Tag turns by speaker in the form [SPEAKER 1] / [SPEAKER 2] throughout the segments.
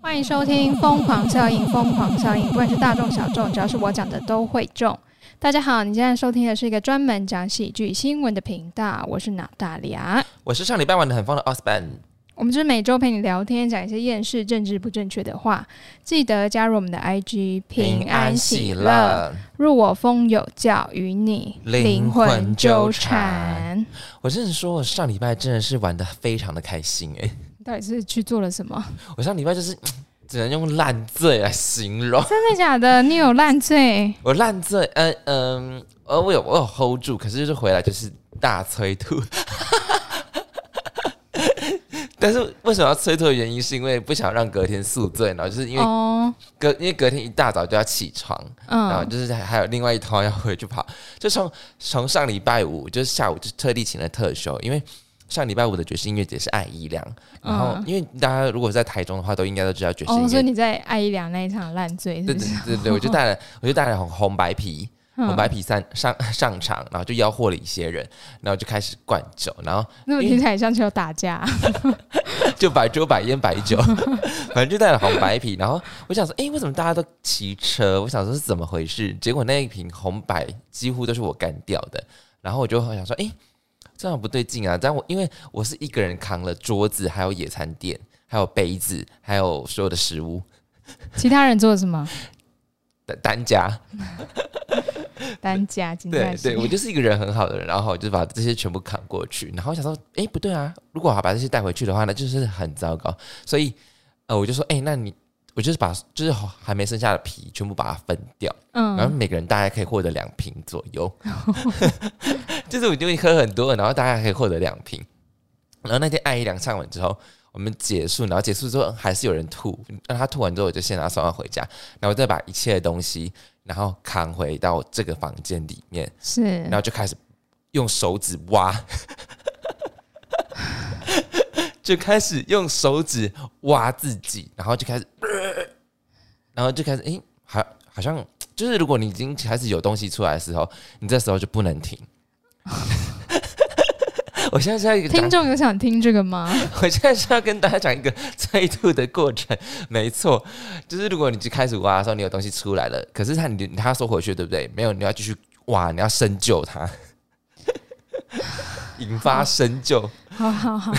[SPEAKER 1] 欢迎收听《疯狂效应》，疯狂效应，不管是大众小众，只要是我讲的都会中。大家好，你现在收听的是一个专门讲喜剧新闻的频道，我是脑大牙。
[SPEAKER 2] 我是上礼拜玩的很疯的 Osban，
[SPEAKER 1] 我们就是每周陪你聊天，讲一些厌世、政治不正确的话。记得加入我们的 IG，平安喜乐，，入我风有教，与你
[SPEAKER 2] 灵魂纠
[SPEAKER 1] 灵魂纠
[SPEAKER 2] 缠
[SPEAKER 1] 缠。
[SPEAKER 2] 我真的说，我上礼拜真的是玩的非常的开心哎、
[SPEAKER 1] 到底是去做了什么？
[SPEAKER 2] 我上礼拜就是嗯只能用烂醉来形容，
[SPEAKER 1] 真的假的？你有烂醉？
[SPEAKER 2] 我烂醉，嗯嗯，呃，我有我有 hold 住，可是就是回来就是大催吐。 但是为什么要催吐的原因，是因为不想让隔天宿醉，然后就是因为
[SPEAKER 1] 哦，
[SPEAKER 2] 隔、因为隔天一大早就要起床，然后
[SPEAKER 1] 嗯，
[SPEAKER 2] 就是还还有另外一套要回去跑，就从从上礼拜五就是下午就特地请了特休，因为上礼拜五的爵士音乐节是爱姨良，然后
[SPEAKER 1] 嗯
[SPEAKER 2] 因为大家如果在台中的话，都应该都知道爵士音
[SPEAKER 1] 哦，所以
[SPEAKER 2] 乐。
[SPEAKER 1] 你在爱姨良那一场烂醉是
[SPEAKER 2] 对
[SPEAKER 1] 不
[SPEAKER 2] 对
[SPEAKER 1] 是？
[SPEAKER 2] 对 对，我就带了，我就带了红红白皮，红
[SPEAKER 1] 嗯
[SPEAKER 2] 白皮上上上场，然后就吆喝了一些人，然后就开始灌酒，然后
[SPEAKER 1] 那么听起来像是有打架，
[SPEAKER 2] 就摆桌 摆烟摆酒，反正就带了红白啤。然后我想说，诶，为什么大家都骑车？我想说是怎么回事？结果那一瓶红白几乎都是我干掉的。然后我就想说，诶，这样不对劲啊！但我因为我是一个人扛了桌子，还有野餐垫，还有杯子，还有所有的食物
[SPEAKER 1] 其他人做了什 么？
[SPEAKER 2] 的单夹，
[SPEAKER 1] 单夹金
[SPEAKER 2] 对
[SPEAKER 1] 在
[SPEAKER 2] 对，我就是一个人很好的人，然后我就把这些全部扛过去，然后我想说，哎，不对啊，如果我把这些带回去的话呢，就是很糟糕，所以呃，我就说，哎，那你。我就是把就是还没剩下的皮全部把它分掉，然后
[SPEAKER 1] 嗯，
[SPEAKER 2] 每个人大概可以获得两瓶左右， 就是我就会喝很多，然后大概可以获得两瓶。然后那天爱一两唱完之后，我们结束，然后结束之后嗯还是有人吐，那他吐完之后我就先拿手上回家，然后再把一切的东西然后扛回到这个房间里面，
[SPEAKER 1] 是
[SPEAKER 2] 然后就开始用手指挖， 就开始用手指挖自己，然后就开始，然后就开始，诶，好，好像就是如果你已经开始有东西出来的时候，你这时候就不能停。我现在是要一个
[SPEAKER 1] 听
[SPEAKER 2] 讲，
[SPEAKER 1] 众有想听这个吗？
[SPEAKER 2] 我现在是要跟大家讲一个 催吐的过程。没错，就是如果你就开始挖的时候，你有东西出来了，可是它你它收回去，对不对？没有，你要继续挖，你要深究它， 引发深究。
[SPEAKER 1] 好好好，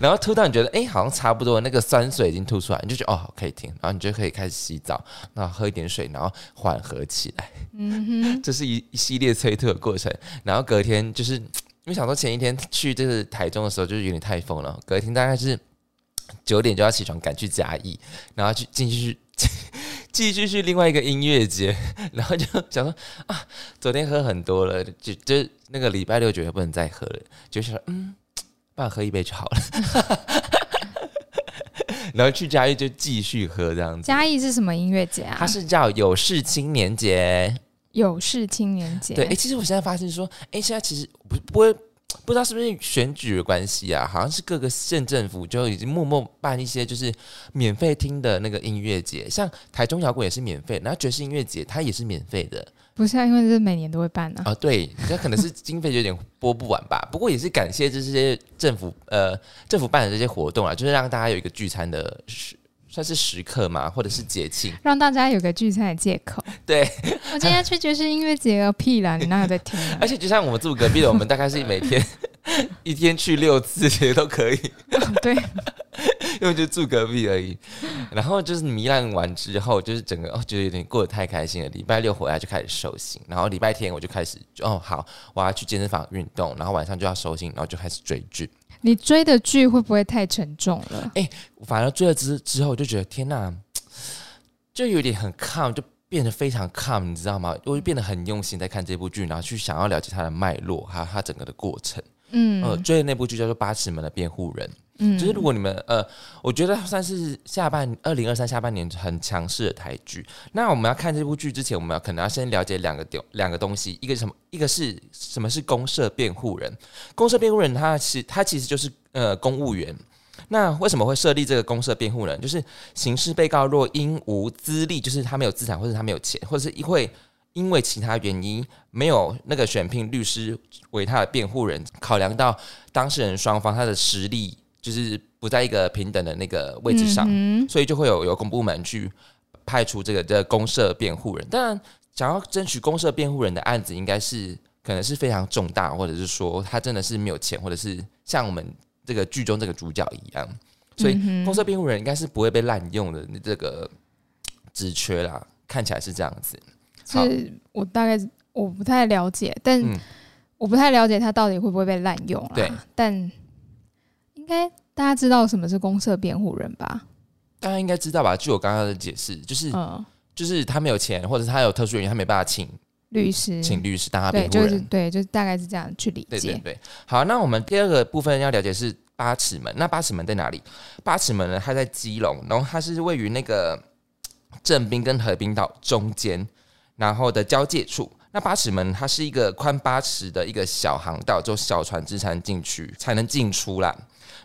[SPEAKER 2] 然后吐到你觉得哎、诶好像差不多，那个酸水已经吐出来，你就觉得哦可以停，然后你就可以开始洗澡，然后喝一点水，然后缓和起来。
[SPEAKER 1] 嗯
[SPEAKER 2] 这是一一系列催吐的过程。然后隔天就是，因为想说前一天去这个台中的时候就是有点太疯了，隔天大概是九点就要起床赶去嘉义，然后去进去去。 继续去另外一个音乐节， 然后就想说啊，昨天喝很多了，就就那个礼拜六觉得不能再喝了，就想说嗯，不然喝一杯就好了。 然后去嘉义就继续喝这样
[SPEAKER 1] 哼，
[SPEAKER 2] 子，
[SPEAKER 1] 嘉义是啊什么音乐节啊
[SPEAKER 2] 它？是叫有事青年节。
[SPEAKER 1] 有事青年节，
[SPEAKER 2] 对，哎、其实我现在发现说，哎、现在其实不不会不知道是不是选举的关系啊，好像是各个县政府就已经默默办一些就是免费听的那个音乐节，像台中摇滚也是免费，然后爵士音乐节它也是免费的
[SPEAKER 1] 不是啊，因为这每年都会办啊。
[SPEAKER 2] 啊、对，那可能是经费有点拨不完吧，不过也是感谢这些政府呃政府办的这些活动啊，就是让大家有一个聚餐的时算是时刻嘛，或者是节庆，
[SPEAKER 1] 让大家有个聚餐的借口。
[SPEAKER 2] 对。
[SPEAKER 1] 我今天去爵士音乐节哦，屁啦！你哪有在听啊
[SPEAKER 2] 而？且就像我们住隔壁的，我们大概是每天 一天去六次，其实都可以，
[SPEAKER 1] 对，
[SPEAKER 2] 因为就住隔壁而已。然后就是糜烂完之后，就是整个哦，觉得有点过得太开心了。礼拜六回来就开始收心，然后礼拜天我就开始就哦好，我要去健身房运动，然后晚上就要收心，然后就开始追剧。
[SPEAKER 1] 你追的剧会不会太沉重了？
[SPEAKER 2] 反而追了之之后，我就觉得天呐，就有点很 calm，就变得非常 calm，你知道吗？我就变得很用心在看这部剧，然后去想要了解它的脉络，还有它整个的过程。
[SPEAKER 1] 嗯
[SPEAKER 2] 呃，追的那部剧叫做《八尺门的辩护人》，
[SPEAKER 1] 嗯
[SPEAKER 2] 就是如果你们呃，我觉得算是下半二零二三下半年很强势的台剧。那我们要看这部剧之前，我们要可能要先了解两个丢两个东西，一个是什么，一个是什么是公社辩护人。公社辩护人他其他其实就是呃公务员。那为什么会设立这个公社辩护人？就是刑事被告若因无资历，就是他没有资产，或者他没有钱，或者是会因为其他原因没有那个选聘律师为他的辩护人，考量到当事人双方他的实力就是不在一个平等的那个位置上，
[SPEAKER 1] 嗯哼
[SPEAKER 2] 所以就会有有公部门去派出这个这个公社辩护人。当然，想要争取公社辩护人的案子，应该是可能是非常重大，或者是说他真的是没有钱，或者是像我们这个剧中这个主角一样，所以
[SPEAKER 1] 嗯哼
[SPEAKER 2] 公社辩护人应该是不会被滥用的这个职缺啦。看起来是这样子，好
[SPEAKER 1] 是我大概我不太了解，但
[SPEAKER 2] 嗯
[SPEAKER 1] 我不太了解它到底会不会被滥用啦。
[SPEAKER 2] 对，
[SPEAKER 1] 但应该大家知道什么是公社辩护人吧？
[SPEAKER 2] 大家应该知道吧？据我刚刚的解释，就是、
[SPEAKER 1] 嗯，
[SPEAKER 2] 就是他没有钱，或者是他有特殊原因，他没办法请
[SPEAKER 1] 律师，
[SPEAKER 2] 请律师当他
[SPEAKER 1] 嗯对，
[SPEAKER 2] 辩护
[SPEAKER 1] 就
[SPEAKER 2] 人。
[SPEAKER 1] 是对，就是大概是这样去理
[SPEAKER 2] 对对
[SPEAKER 1] 解。
[SPEAKER 2] 对，好，那我们第二个部分要了解是八尺门。那八尺门在哪里？八尺门呢？它在基隆，然后它是位于那个正滨跟河滨岛中间，然后的交界处。那八尺门它是一个宽八尺的一个小航道，就小船只才能进去，才能进出啦。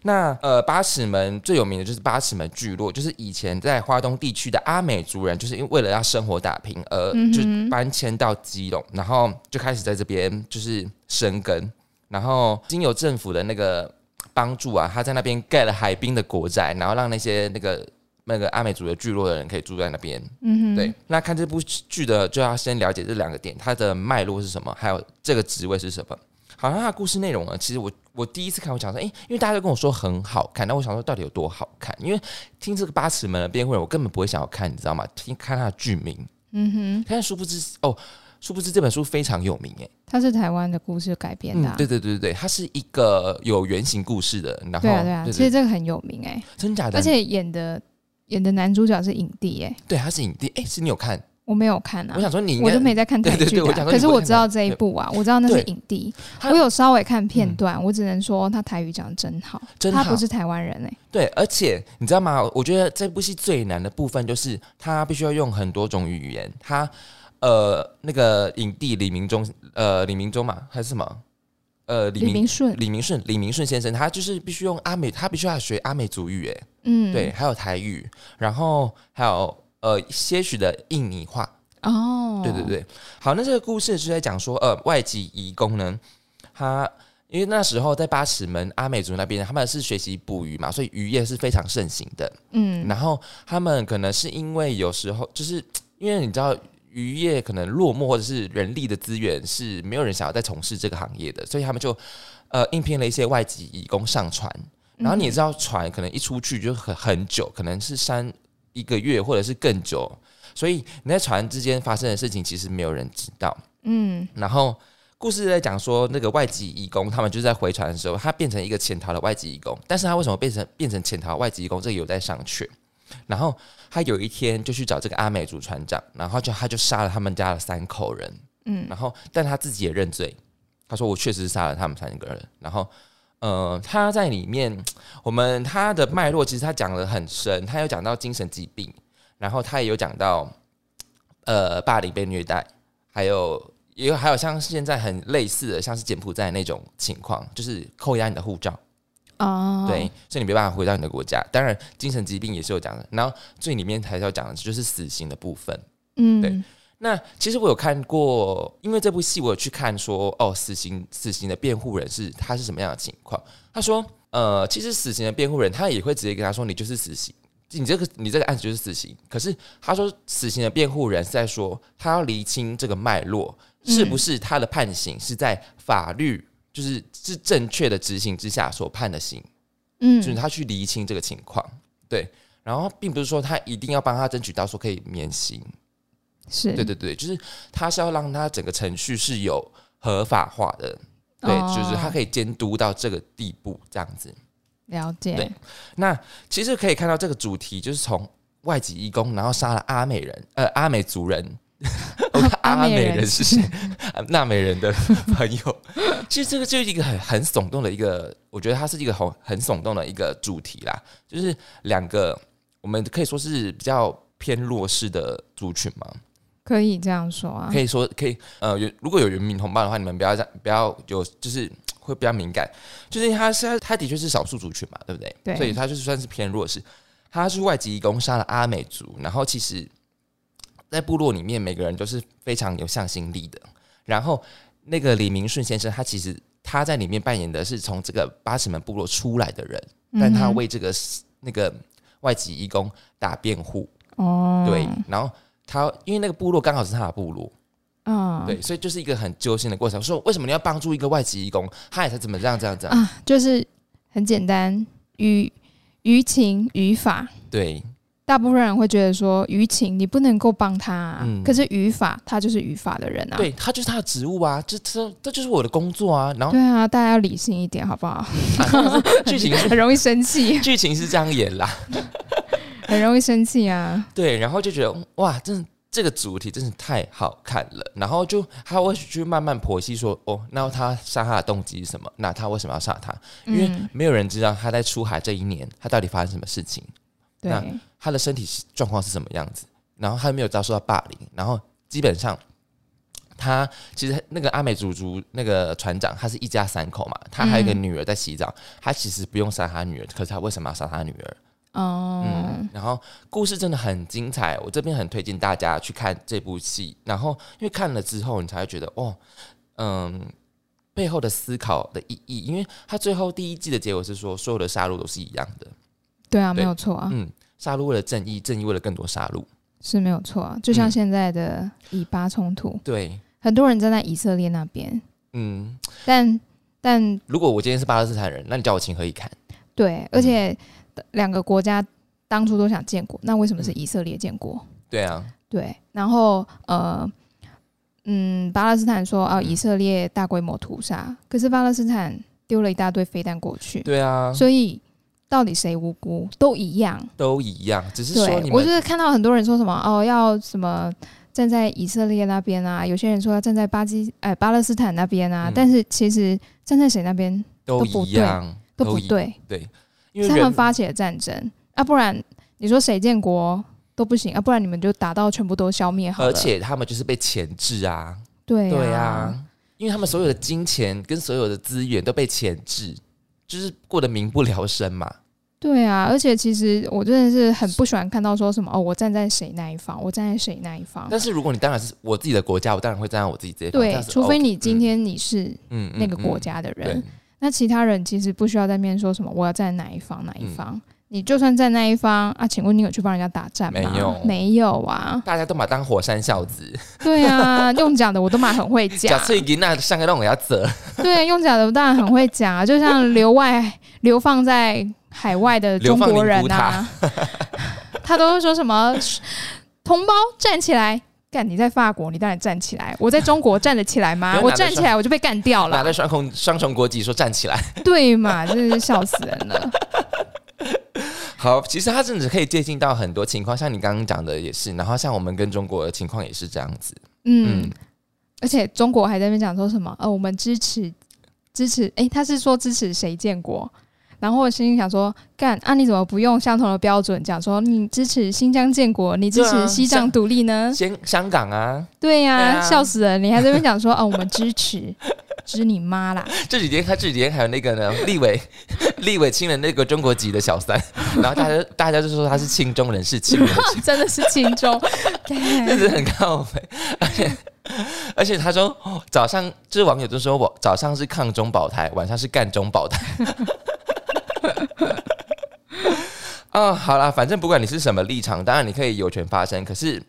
[SPEAKER 2] 那呃，八尺门最有名的就是八尺门聚落，就是以前在花东地区的阿美族人，就是因为为了要生活打拼而
[SPEAKER 1] 嗯哼
[SPEAKER 2] 就搬迁到基隆，然后就开始在这边就是生根，然后经由政府的那个帮助啊，他在那边盖了海滨的国宅，然后让那些那个那个阿美族的聚落的人可以住在那边。
[SPEAKER 1] 嗯哼，
[SPEAKER 2] 对，那看这部剧的就要先了解这两个点，它的脉络是什么，还有这个职位是什么。好，那它的故事内容呢？其实我我第一次看，我想说，诶，因为大家都跟我说很好看，那我想说到底有多好看？因为听这个八尺门的辩护人，我根本不会想要看，你知道吗？听看他的剧名，
[SPEAKER 1] 嗯哼，
[SPEAKER 2] 但殊不知哦，殊不知这本书非常有名诶。
[SPEAKER 1] 它是台湾的故事改编的、啊
[SPEAKER 2] 嗯，对对对对对，它是一个有原型故事的，然后
[SPEAKER 1] 对啊对啊，
[SPEAKER 2] 哦对
[SPEAKER 1] 其实这个很有名哎、
[SPEAKER 2] 真假的，
[SPEAKER 1] 而且演的演的男主角是影帝哎、
[SPEAKER 2] 对它是影帝，诶，是你有看？
[SPEAKER 1] 我没有看啊
[SPEAKER 2] 我，想说你应
[SPEAKER 1] 我
[SPEAKER 2] 该
[SPEAKER 1] 都没在看台
[SPEAKER 2] 对对
[SPEAKER 1] 剧
[SPEAKER 2] 对
[SPEAKER 1] 的
[SPEAKER 2] 我
[SPEAKER 1] 啊、
[SPEAKER 2] 想说
[SPEAKER 1] 可
[SPEAKER 2] 你
[SPEAKER 1] 是
[SPEAKER 2] 不
[SPEAKER 1] 我
[SPEAKER 2] 会
[SPEAKER 1] 知道
[SPEAKER 2] 看
[SPEAKER 1] 这一部啊，我知道那是
[SPEAKER 2] 对
[SPEAKER 1] 影帝，
[SPEAKER 2] 他嗯
[SPEAKER 1] 我有稍微看片段，我只能说他台语讲得真好，
[SPEAKER 2] 真
[SPEAKER 1] 他
[SPEAKER 2] 好
[SPEAKER 1] 不是台湾人哎、
[SPEAKER 2] 对，而且你知道吗？我觉得这部戏最难的部分就是他必须要用很多种语言。他呃，那个影帝李明忠，呃，李明忠嘛，还是什么？呃，李
[SPEAKER 1] 李
[SPEAKER 2] 明
[SPEAKER 1] 明顺，
[SPEAKER 2] 李明顺，李明顺先生，他就是必须用阿美，他必须要学阿美族语，哎、
[SPEAKER 1] 嗯，
[SPEAKER 2] 对，，还有台语，然后还有呃些许的印尼话，
[SPEAKER 1] 哦，
[SPEAKER 2] 对对，对，好，那这个故事是在讲说，呃，外籍移工呢，他因为那时候在八尺门阿美族那边，他们是学习捕鱼嘛，所以渔业是非常盛行的。
[SPEAKER 1] 嗯，
[SPEAKER 2] 然后他们可能是因为有时候就是因为你知道渔业可能落寞，或者是人力的资源是没有人想要再从事这个行业的，所以他们就呃应聘了一些外籍义工上船。然后你也知道，船可能一出去就很很久，可能是三一个月或者是更久，所以你在船之间发生的事情其实没有人知道。
[SPEAKER 1] 嗯，
[SPEAKER 2] 然后故事在讲说，那个外籍义工他们就是在回船的时候，他变成一个潜逃的外籍义工，但是他为什么变成变成潜逃外籍义工？这个有待商榷。然后他有一天就去找这个阿美族船长，然后就他就杀了他们家的三口人，
[SPEAKER 1] 嗯，
[SPEAKER 2] 然后但他自己也认罪，他说我确实杀了他们三个人。然后，呃，他在里面，我们他的脉络其实他讲的很深，他有讲到精神疾病，然后他也有讲到，呃，霸凌被虐待，还有也有还有像现在很类似的，像是柬埔寨那种情况，就是扣押你的护照，
[SPEAKER 1] 哦，
[SPEAKER 2] 对，所以你没办法回到你的国家。当然，精神疾病也是有讲的，然后最里面才要讲的就是死刑的部分。
[SPEAKER 1] 嗯，
[SPEAKER 2] 对那其实我有看过，因为这部戏我有去看说，哦，死刑死刑的辩护人是他是什么样的情况？他说，呃，其实死刑的辩护人他也会直接跟他说，你就是死刑，你这个你这个案子就是死刑。可是他说，死刑的辩护人是在说，他要厘清这个脉络，
[SPEAKER 1] 嗯
[SPEAKER 2] 是不是他的判刑是在法律就是是正确的执行之下所判的刑。就是
[SPEAKER 1] 嗯，
[SPEAKER 2] 他去厘清这个情况，对。然后并不是说他一定要帮他争取到说可以免刑，
[SPEAKER 1] 是，
[SPEAKER 2] 对对对，就是他是要让他整个程序是有合法化的，对，
[SPEAKER 1] 哦
[SPEAKER 2] 就是他可以监督到这个地步这样子。
[SPEAKER 1] 了解，
[SPEAKER 2] 对那其实可以看到这个主题就是从外籍义工，然后杀了阿美人，呃，阿美族 人。我看阿美人是谁？ 呃纳美人的朋友。其实这个就是一个很很耸动的一个，我觉得它是一个很很耸动的一个主题啦，就是两个我们可以说是比较偏弱势的族群嘛，
[SPEAKER 1] 可以这样说啊
[SPEAKER 2] 可，以说可以呃，有如果有原民同胞的话，你们不要这样，不要有就是会比较敏感，就是他是他他的确是少数族群嘛，对不对？
[SPEAKER 1] 对
[SPEAKER 2] 所以他就是算是偏弱势。他是外籍移工，杀了阿美族，然后其实，在部落里面每个人都是非常有向心力的。然后那个李明顺先生，他其实他在里面扮演的是从这个八尺门部落出来的人，但
[SPEAKER 1] 嗯
[SPEAKER 2] 他
[SPEAKER 1] 哼
[SPEAKER 2] 为这个那个外籍义工打辩护，
[SPEAKER 1] 哦，
[SPEAKER 2] 对，然后他因为那个部落刚好是他的部落，
[SPEAKER 1] 嗯，
[SPEAKER 2] 对，所以就是一个很揪心的过程。我说为什么你要帮助一个外籍义工？害他怎么这样这样这样？
[SPEAKER 1] 啊，就是很简单，舆舆情语法，
[SPEAKER 2] 对，
[SPEAKER 1] 大部分人会觉得说舆情你不能够帮他、啊，
[SPEAKER 2] 嗯
[SPEAKER 1] 可是语法他就是语法的人啊，
[SPEAKER 2] 对他就是他的职务啊，这这这就是我的工作啊。然后啊
[SPEAKER 1] 对啊，大家要理性一点好不好？
[SPEAKER 2] 剧情是
[SPEAKER 1] 很容易生气，
[SPEAKER 2] 剧情是这样演啦，
[SPEAKER 1] 很容易生气啊，
[SPEAKER 2] 对，然后就觉得嗯哇，真的这个主题真是太好看了。然后就他会去慢慢剖析说，哦，那他杀他的动机是什么？那他为什么要杀他？因为
[SPEAKER 1] 嗯，
[SPEAKER 2] 没有人知道他在出海这一年他到底发生什么事情，
[SPEAKER 1] 对，
[SPEAKER 2] 那他的身体状况是什么样子，然后他有没有遭受到霸凌，然后基本上。他其实那个阿美族族那个船长，他是一家三口嘛，他还有一个
[SPEAKER 1] 嗯
[SPEAKER 2] 女儿在洗澡，他其实不用杀他女儿，可是他为什么要杀他女儿？
[SPEAKER 1] 哦、
[SPEAKER 2] 嗯，然后故事真的很精彩，我这边很推荐大家去看这部戏。然后嗯因为看了之后，你才会觉得哦，嗯，背后的思考的意义，因为他最后第一季的结果是说，所有的杀戮都是一样的，
[SPEAKER 1] 对啊，
[SPEAKER 2] 对
[SPEAKER 1] 没有错啊，
[SPEAKER 2] 嗯，杀戮为了正义，正义为了更多杀戮，
[SPEAKER 1] 是没有错啊，就像
[SPEAKER 2] 嗯
[SPEAKER 1] 现在的以巴冲突，
[SPEAKER 2] 对，
[SPEAKER 1] 很多人站在以色列那边，
[SPEAKER 2] 嗯，
[SPEAKER 1] 但但
[SPEAKER 2] 如果我今天是巴勒斯坦人，那你叫我情何以堪？嗯
[SPEAKER 1] 对，而且两个国家当初都想建国，那为什么是
[SPEAKER 2] 嗯
[SPEAKER 1] 以色列建国？
[SPEAKER 2] 对啊，
[SPEAKER 1] 对，然后呃，嗯，巴勒斯坦说啊、
[SPEAKER 2] 嗯
[SPEAKER 1] 以色列大规模屠杀，可是巴勒斯坦丢了一大堆飞弹过去，
[SPEAKER 2] 对啊，
[SPEAKER 1] 所以到底谁无辜都一样。
[SPEAKER 2] 都一样，只是说
[SPEAKER 1] 对
[SPEAKER 2] 你，
[SPEAKER 1] 我
[SPEAKER 2] 们
[SPEAKER 1] 就是看到很多人说什么哦，要什么站在以色列那边啊，有些人说要站在巴基哎巴勒斯坦那边啊，
[SPEAKER 2] 嗯
[SPEAKER 1] 但是其实站在谁那边
[SPEAKER 2] 都
[SPEAKER 1] 都不
[SPEAKER 2] 一样，
[SPEAKER 1] 都不
[SPEAKER 2] 一，
[SPEAKER 1] 对，
[SPEAKER 2] 因
[SPEAKER 1] 是
[SPEAKER 2] 为
[SPEAKER 1] 他们
[SPEAKER 2] 人
[SPEAKER 1] 发起了战争啊，不然你说谁建国都不行啊，不然你们就打到全部都消灭好了。
[SPEAKER 2] 而且他们就是被钳制啊，
[SPEAKER 1] 对
[SPEAKER 2] 对
[SPEAKER 1] 啊，
[SPEAKER 2] 啊，因为他们所有的金钱跟所有的资源都被钳制，就是过得民不聊生嘛。
[SPEAKER 1] 对啊，而且其实我真的是很不喜欢看到说什么哦，我站在谁那一方，我站在谁那一方。
[SPEAKER 2] 但是如果你当然是我自己的国家，我当然会站在我自己这一方。
[SPEAKER 1] 对
[SPEAKER 2] 但，是
[SPEAKER 1] 除非
[SPEAKER 2] OK，
[SPEAKER 1] 你今天你是
[SPEAKER 2] 嗯嗯
[SPEAKER 1] 那个国
[SPEAKER 2] 嗯
[SPEAKER 1] 家的人，
[SPEAKER 2] 对，
[SPEAKER 1] 那其他人其实不需要在面说什么我要站哪一方哪一方。你就算站那一方啊，请问你有去帮人家打战吗？
[SPEAKER 2] 没有
[SPEAKER 1] 没有啊
[SPEAKER 2] 。大家都把当火山孝子，
[SPEAKER 1] 对啊，用讲的我都蛮很会讲
[SPEAKER 2] 假。设给那像个那种要责，
[SPEAKER 1] 对，用假的当然很会讲啊，就像流外流放在海外的中国人啊，他都会说什么“同胞站起来”，干你在法国，你当然站起来，我在中国站得起来吗
[SPEAKER 2] 没？有
[SPEAKER 1] 我
[SPEAKER 2] 哪个
[SPEAKER 1] 站起来我就被干掉
[SPEAKER 2] 拿
[SPEAKER 1] 了，
[SPEAKER 2] 着双重双重国籍说站起来。
[SPEAKER 1] 对嘛？真是笑死人了。
[SPEAKER 2] 好，其实他真的可以接近到很多情况，像你刚刚讲的也是，然后像我们跟中国的情况也是这样子。
[SPEAKER 1] 嗯，
[SPEAKER 2] 嗯，
[SPEAKER 1] 而且中国还在那边讲说什么？呃，我们支持支持，诶，他是说支持谁建国？然后我心里想说，干啊，你怎么不用相同的标准讲说你支持新疆建国，你支
[SPEAKER 2] 对啊
[SPEAKER 1] 持西藏
[SPEAKER 2] 像
[SPEAKER 1] 独立呢？
[SPEAKER 2] 先香港啊，
[SPEAKER 1] 对呀、
[SPEAKER 2] 对啊
[SPEAKER 1] 笑死人！你还在那边讲说哦，我们支持，支你妈 啦！
[SPEAKER 2] 这几天他这几天还有那个呢，立委立委亲了那个中国籍的小三，然后大家大家就说他是亲中人士，亲人士，
[SPEAKER 1] 真的是轻中，
[SPEAKER 2] 真
[SPEAKER 1] 干
[SPEAKER 2] 的很靠北。而且而 且他说、哦早上这网友都说我早上是抗中保台，晚上是干中保台。 啊、好啦，反正不管你是什么立场，当然你可以有权发声，可是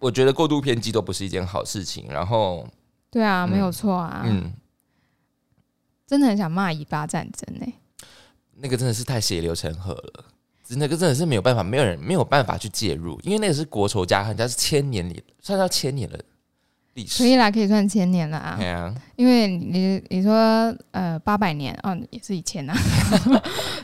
[SPEAKER 2] 我觉得过度偏激都不是一件好事情。然后，
[SPEAKER 1] 对啊，
[SPEAKER 2] 嗯
[SPEAKER 1] 没有错啊，
[SPEAKER 2] 嗯，
[SPEAKER 1] 真的很想骂以巴战争欸呢、
[SPEAKER 2] 那个真的是太血流成河了，那个真的是没有办法，没有人没有办法去介入，因为那个是国仇家恨，它是千年里算到千年的历史。
[SPEAKER 1] 可以啦，可以算千年了啊
[SPEAKER 2] 哎，呀，
[SPEAKER 1] 因为你你说呃八百年，哦，也是以前 啊，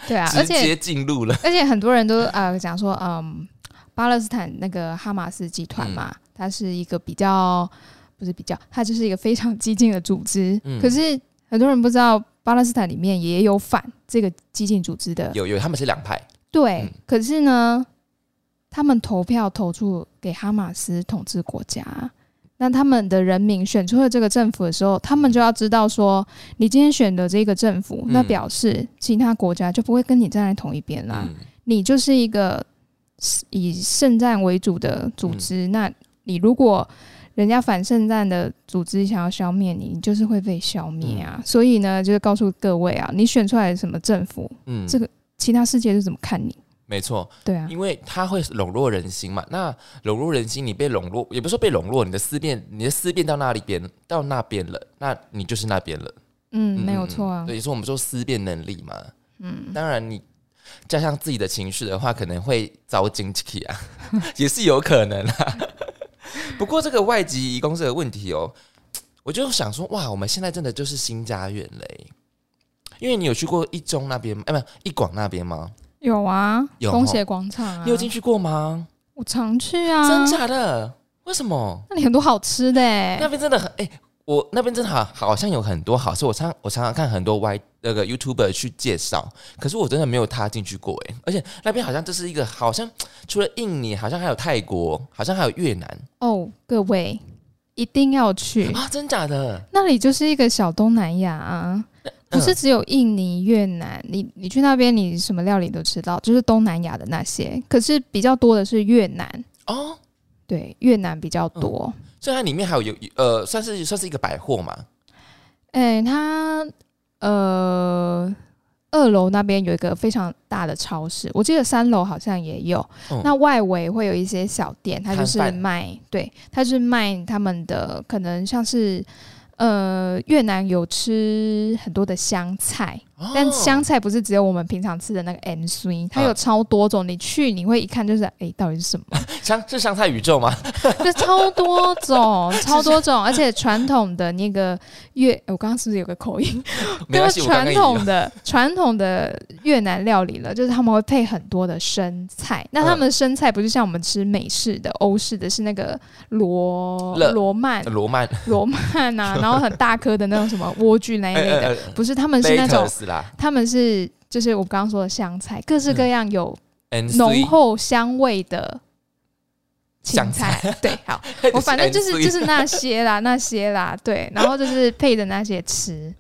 [SPEAKER 1] 对啊，而
[SPEAKER 2] 直
[SPEAKER 1] 且
[SPEAKER 2] 接进入了，
[SPEAKER 1] 而且很多人都呃讲说，嗯，巴勒斯坦那个哈马斯集团嘛，
[SPEAKER 2] 嗯
[SPEAKER 1] 它是一个比较不是比较，它就是一个非常激进的组织。
[SPEAKER 2] 嗯
[SPEAKER 1] 可是很多人不知道，巴勒斯坦里面也有反这个激进组织的，
[SPEAKER 2] 有有他们是两派，
[SPEAKER 1] 对。
[SPEAKER 2] 嗯
[SPEAKER 1] 可是呢，他们投票投出给哈马斯统治国家。那他们的人民选出了这个政府的时候，他们就要知道说，你今天选的这个政府，那
[SPEAKER 2] 嗯
[SPEAKER 1] 表示其他国家就不会跟你站在同一边啦。
[SPEAKER 2] 嗯，
[SPEAKER 1] 你就是一个以圣战为主的组织，
[SPEAKER 2] 嗯
[SPEAKER 1] 那你如果人家反圣战的组织想要消灭你，你
[SPEAKER 2] 嗯
[SPEAKER 1] 就是会被消灭啊。所以呢，就是告诉各位啊，你选出来什么政府，
[SPEAKER 2] 嗯
[SPEAKER 1] 这个其他世界是怎么看你？
[SPEAKER 2] 没错，
[SPEAKER 1] 对啊，
[SPEAKER 2] 因为它会笼络人心嘛。那笼络人心，你被笼络，也不是说被笼络，你的思辨，你的思辨到那里边，到那边了，那你就是那边了。
[SPEAKER 1] 嗯，没有错啊。
[SPEAKER 2] 所以说，我们说思辨能力嘛，
[SPEAKER 1] 嗯，
[SPEAKER 2] 当然你加上自己的情绪的话，可能会遭惊气啊， 也是有可能啊。 不过这个外籍移工这个问题哦，我就想说，哇，我们现在真的就是新家园嘞、因为你有去过一中那边吗？哎，不，一广那边吗？
[SPEAKER 1] 有啊，
[SPEAKER 2] 有
[SPEAKER 1] 工
[SPEAKER 2] 吼
[SPEAKER 1] 协广场啊，
[SPEAKER 2] 你有进去过吗？
[SPEAKER 1] 我常去啊，
[SPEAKER 2] 真假的？为什么？
[SPEAKER 1] 那里很多好吃的、
[SPEAKER 2] 那
[SPEAKER 1] 欸，
[SPEAKER 2] 边真的很哎、我那边真的好好像有很多好吃，我常我常常看很多 Y 那个 YouTuber 去介绍，可是我真的没有踏进去过哎、而且那边好像这是一个好像除了印尼，好像还有泰国，好像还有越南
[SPEAKER 1] 哦，各位一定要去，
[SPEAKER 2] 啊，真假的？
[SPEAKER 1] 那里就是一个小东南亚
[SPEAKER 2] 嗯
[SPEAKER 1] 啊，不是只有印尼、越南，你你去那边你什么料理都吃到，就是东南亚的那些，可是比较多的是越南，
[SPEAKER 2] 哦，
[SPEAKER 1] 对，越南比较多，
[SPEAKER 2] 所以它里面还有有呃，算是算是一个百货嘛，
[SPEAKER 1] 哎、它呃。二楼那边有一个非常大的超市，我记得三楼好像也有。
[SPEAKER 2] 嗯
[SPEAKER 1] 那外围会有一些小店，它就是
[SPEAKER 2] 摊贩
[SPEAKER 1] 卖，对，它就是卖他们的可能像是呃越南有吃很多的香菜，
[SPEAKER 2] 哦
[SPEAKER 1] 但香菜不是只有我们平常吃的那个 M C，它
[SPEAKER 2] 嗯
[SPEAKER 1] 有超多种，你去你会一看就是，哎、到底是什么？
[SPEAKER 2] 香是香菜宇宙吗？
[SPEAKER 1] 就超多种，超多种，而且传统的那个越，我刚刚是不是有个口音？
[SPEAKER 2] 没关系，
[SPEAKER 1] 就是
[SPEAKER 2] 我刚刚
[SPEAKER 1] 传
[SPEAKER 2] 也有
[SPEAKER 1] 统的 传统的越南料理了，就是他们会配很多的生菜。那
[SPEAKER 2] 嗯
[SPEAKER 1] 他们的生菜不是像我们吃美式的、欧式的，是那个罗
[SPEAKER 2] 乐
[SPEAKER 1] 罗曼、
[SPEAKER 2] 罗曼
[SPEAKER 1] 罗曼 啊，然后很大颗的那种什么莴苣哎那一类
[SPEAKER 2] 哎
[SPEAKER 1] 的，不是，他们是那种，
[SPEAKER 2] ，latest 啦
[SPEAKER 1] 他们是就是我刚刚说的香菜，各
[SPEAKER 2] 嗯
[SPEAKER 1] 式各样有
[SPEAKER 2] ，and
[SPEAKER 1] 浓厚香味的芹
[SPEAKER 2] 香
[SPEAKER 1] 菜。对， 好，我反正就是就是那些啦，那些啦，对，然后就是配着那些吃。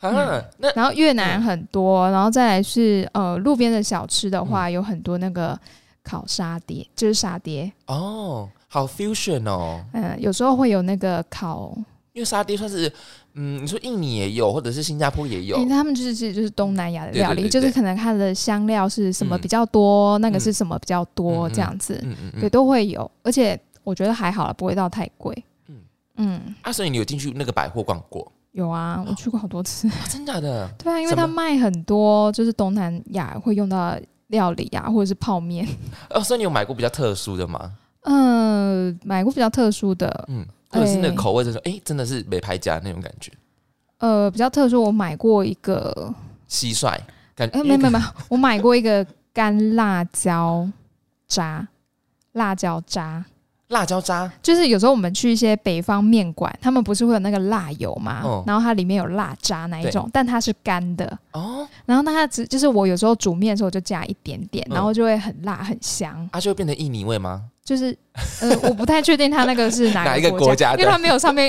[SPEAKER 2] 啊，那
[SPEAKER 1] 然后越南很多，然后再来是呃路边的小吃的
[SPEAKER 2] 嗯
[SPEAKER 1] 话，有很多那个烤沙爹，就是沙爹，
[SPEAKER 2] 哦，好 fusion 哦。
[SPEAKER 1] 嗯、有时候会有那个烤，
[SPEAKER 2] 因为沙爹算是，嗯，你说印尼也有，或者是新加坡也有
[SPEAKER 1] 因为，他们就是就是东南亚的料理，
[SPEAKER 2] 对对对对
[SPEAKER 1] 就是可能它的香料是什么
[SPEAKER 2] 嗯
[SPEAKER 1] 比较多，那个是什么比较多、
[SPEAKER 2] 嗯嗯
[SPEAKER 1] 这样子，
[SPEAKER 2] 嗯嗯
[SPEAKER 1] 对，
[SPEAKER 2] 嗯，
[SPEAKER 1] 都会有，而且我觉得还好了，不会到太贵，嗯
[SPEAKER 2] 嗯
[SPEAKER 1] 嗯，
[SPEAKER 2] 啊，所以你有进去那个百货逛过？
[SPEAKER 1] 有啊，我去过好多次，
[SPEAKER 2] 啊，真假的？
[SPEAKER 1] 对啊，因为
[SPEAKER 2] 哦什么
[SPEAKER 1] 它卖很多就是东南亚会用到的料理啊，或者是泡面。
[SPEAKER 2] 哦，所以你有买过比较特殊的吗？
[SPEAKER 1] 嗯，买过比较特殊的，
[SPEAKER 2] 嗯，或者是那
[SPEAKER 1] 哎
[SPEAKER 2] 个口味，就是哎、真的是美拍家那种感觉，
[SPEAKER 1] 呃，比较特殊，我买过一个，
[SPEAKER 2] 蟋蟀感
[SPEAKER 1] 哎、
[SPEAKER 2] 觉，
[SPEAKER 1] 没没没，我买过一个干辣椒渣，辣椒渣，
[SPEAKER 2] 辣椒渣，
[SPEAKER 1] 就是有时候我们去一些北方面馆，他们不是会有那个辣油嘛，
[SPEAKER 2] 哦
[SPEAKER 1] 然后它里面有辣渣那一种，但它是干的，
[SPEAKER 2] 哦，
[SPEAKER 1] 然后那它只就是我有时候煮面的时候就加一点点，
[SPEAKER 2] 嗯
[SPEAKER 1] 然后就会很辣很香，
[SPEAKER 2] 啊，就会变成印尼味吗？
[SPEAKER 1] 就是呃，我不太确定它那个是哪
[SPEAKER 2] 哪一个
[SPEAKER 1] 国
[SPEAKER 2] 国家的
[SPEAKER 1] 因为它没有上面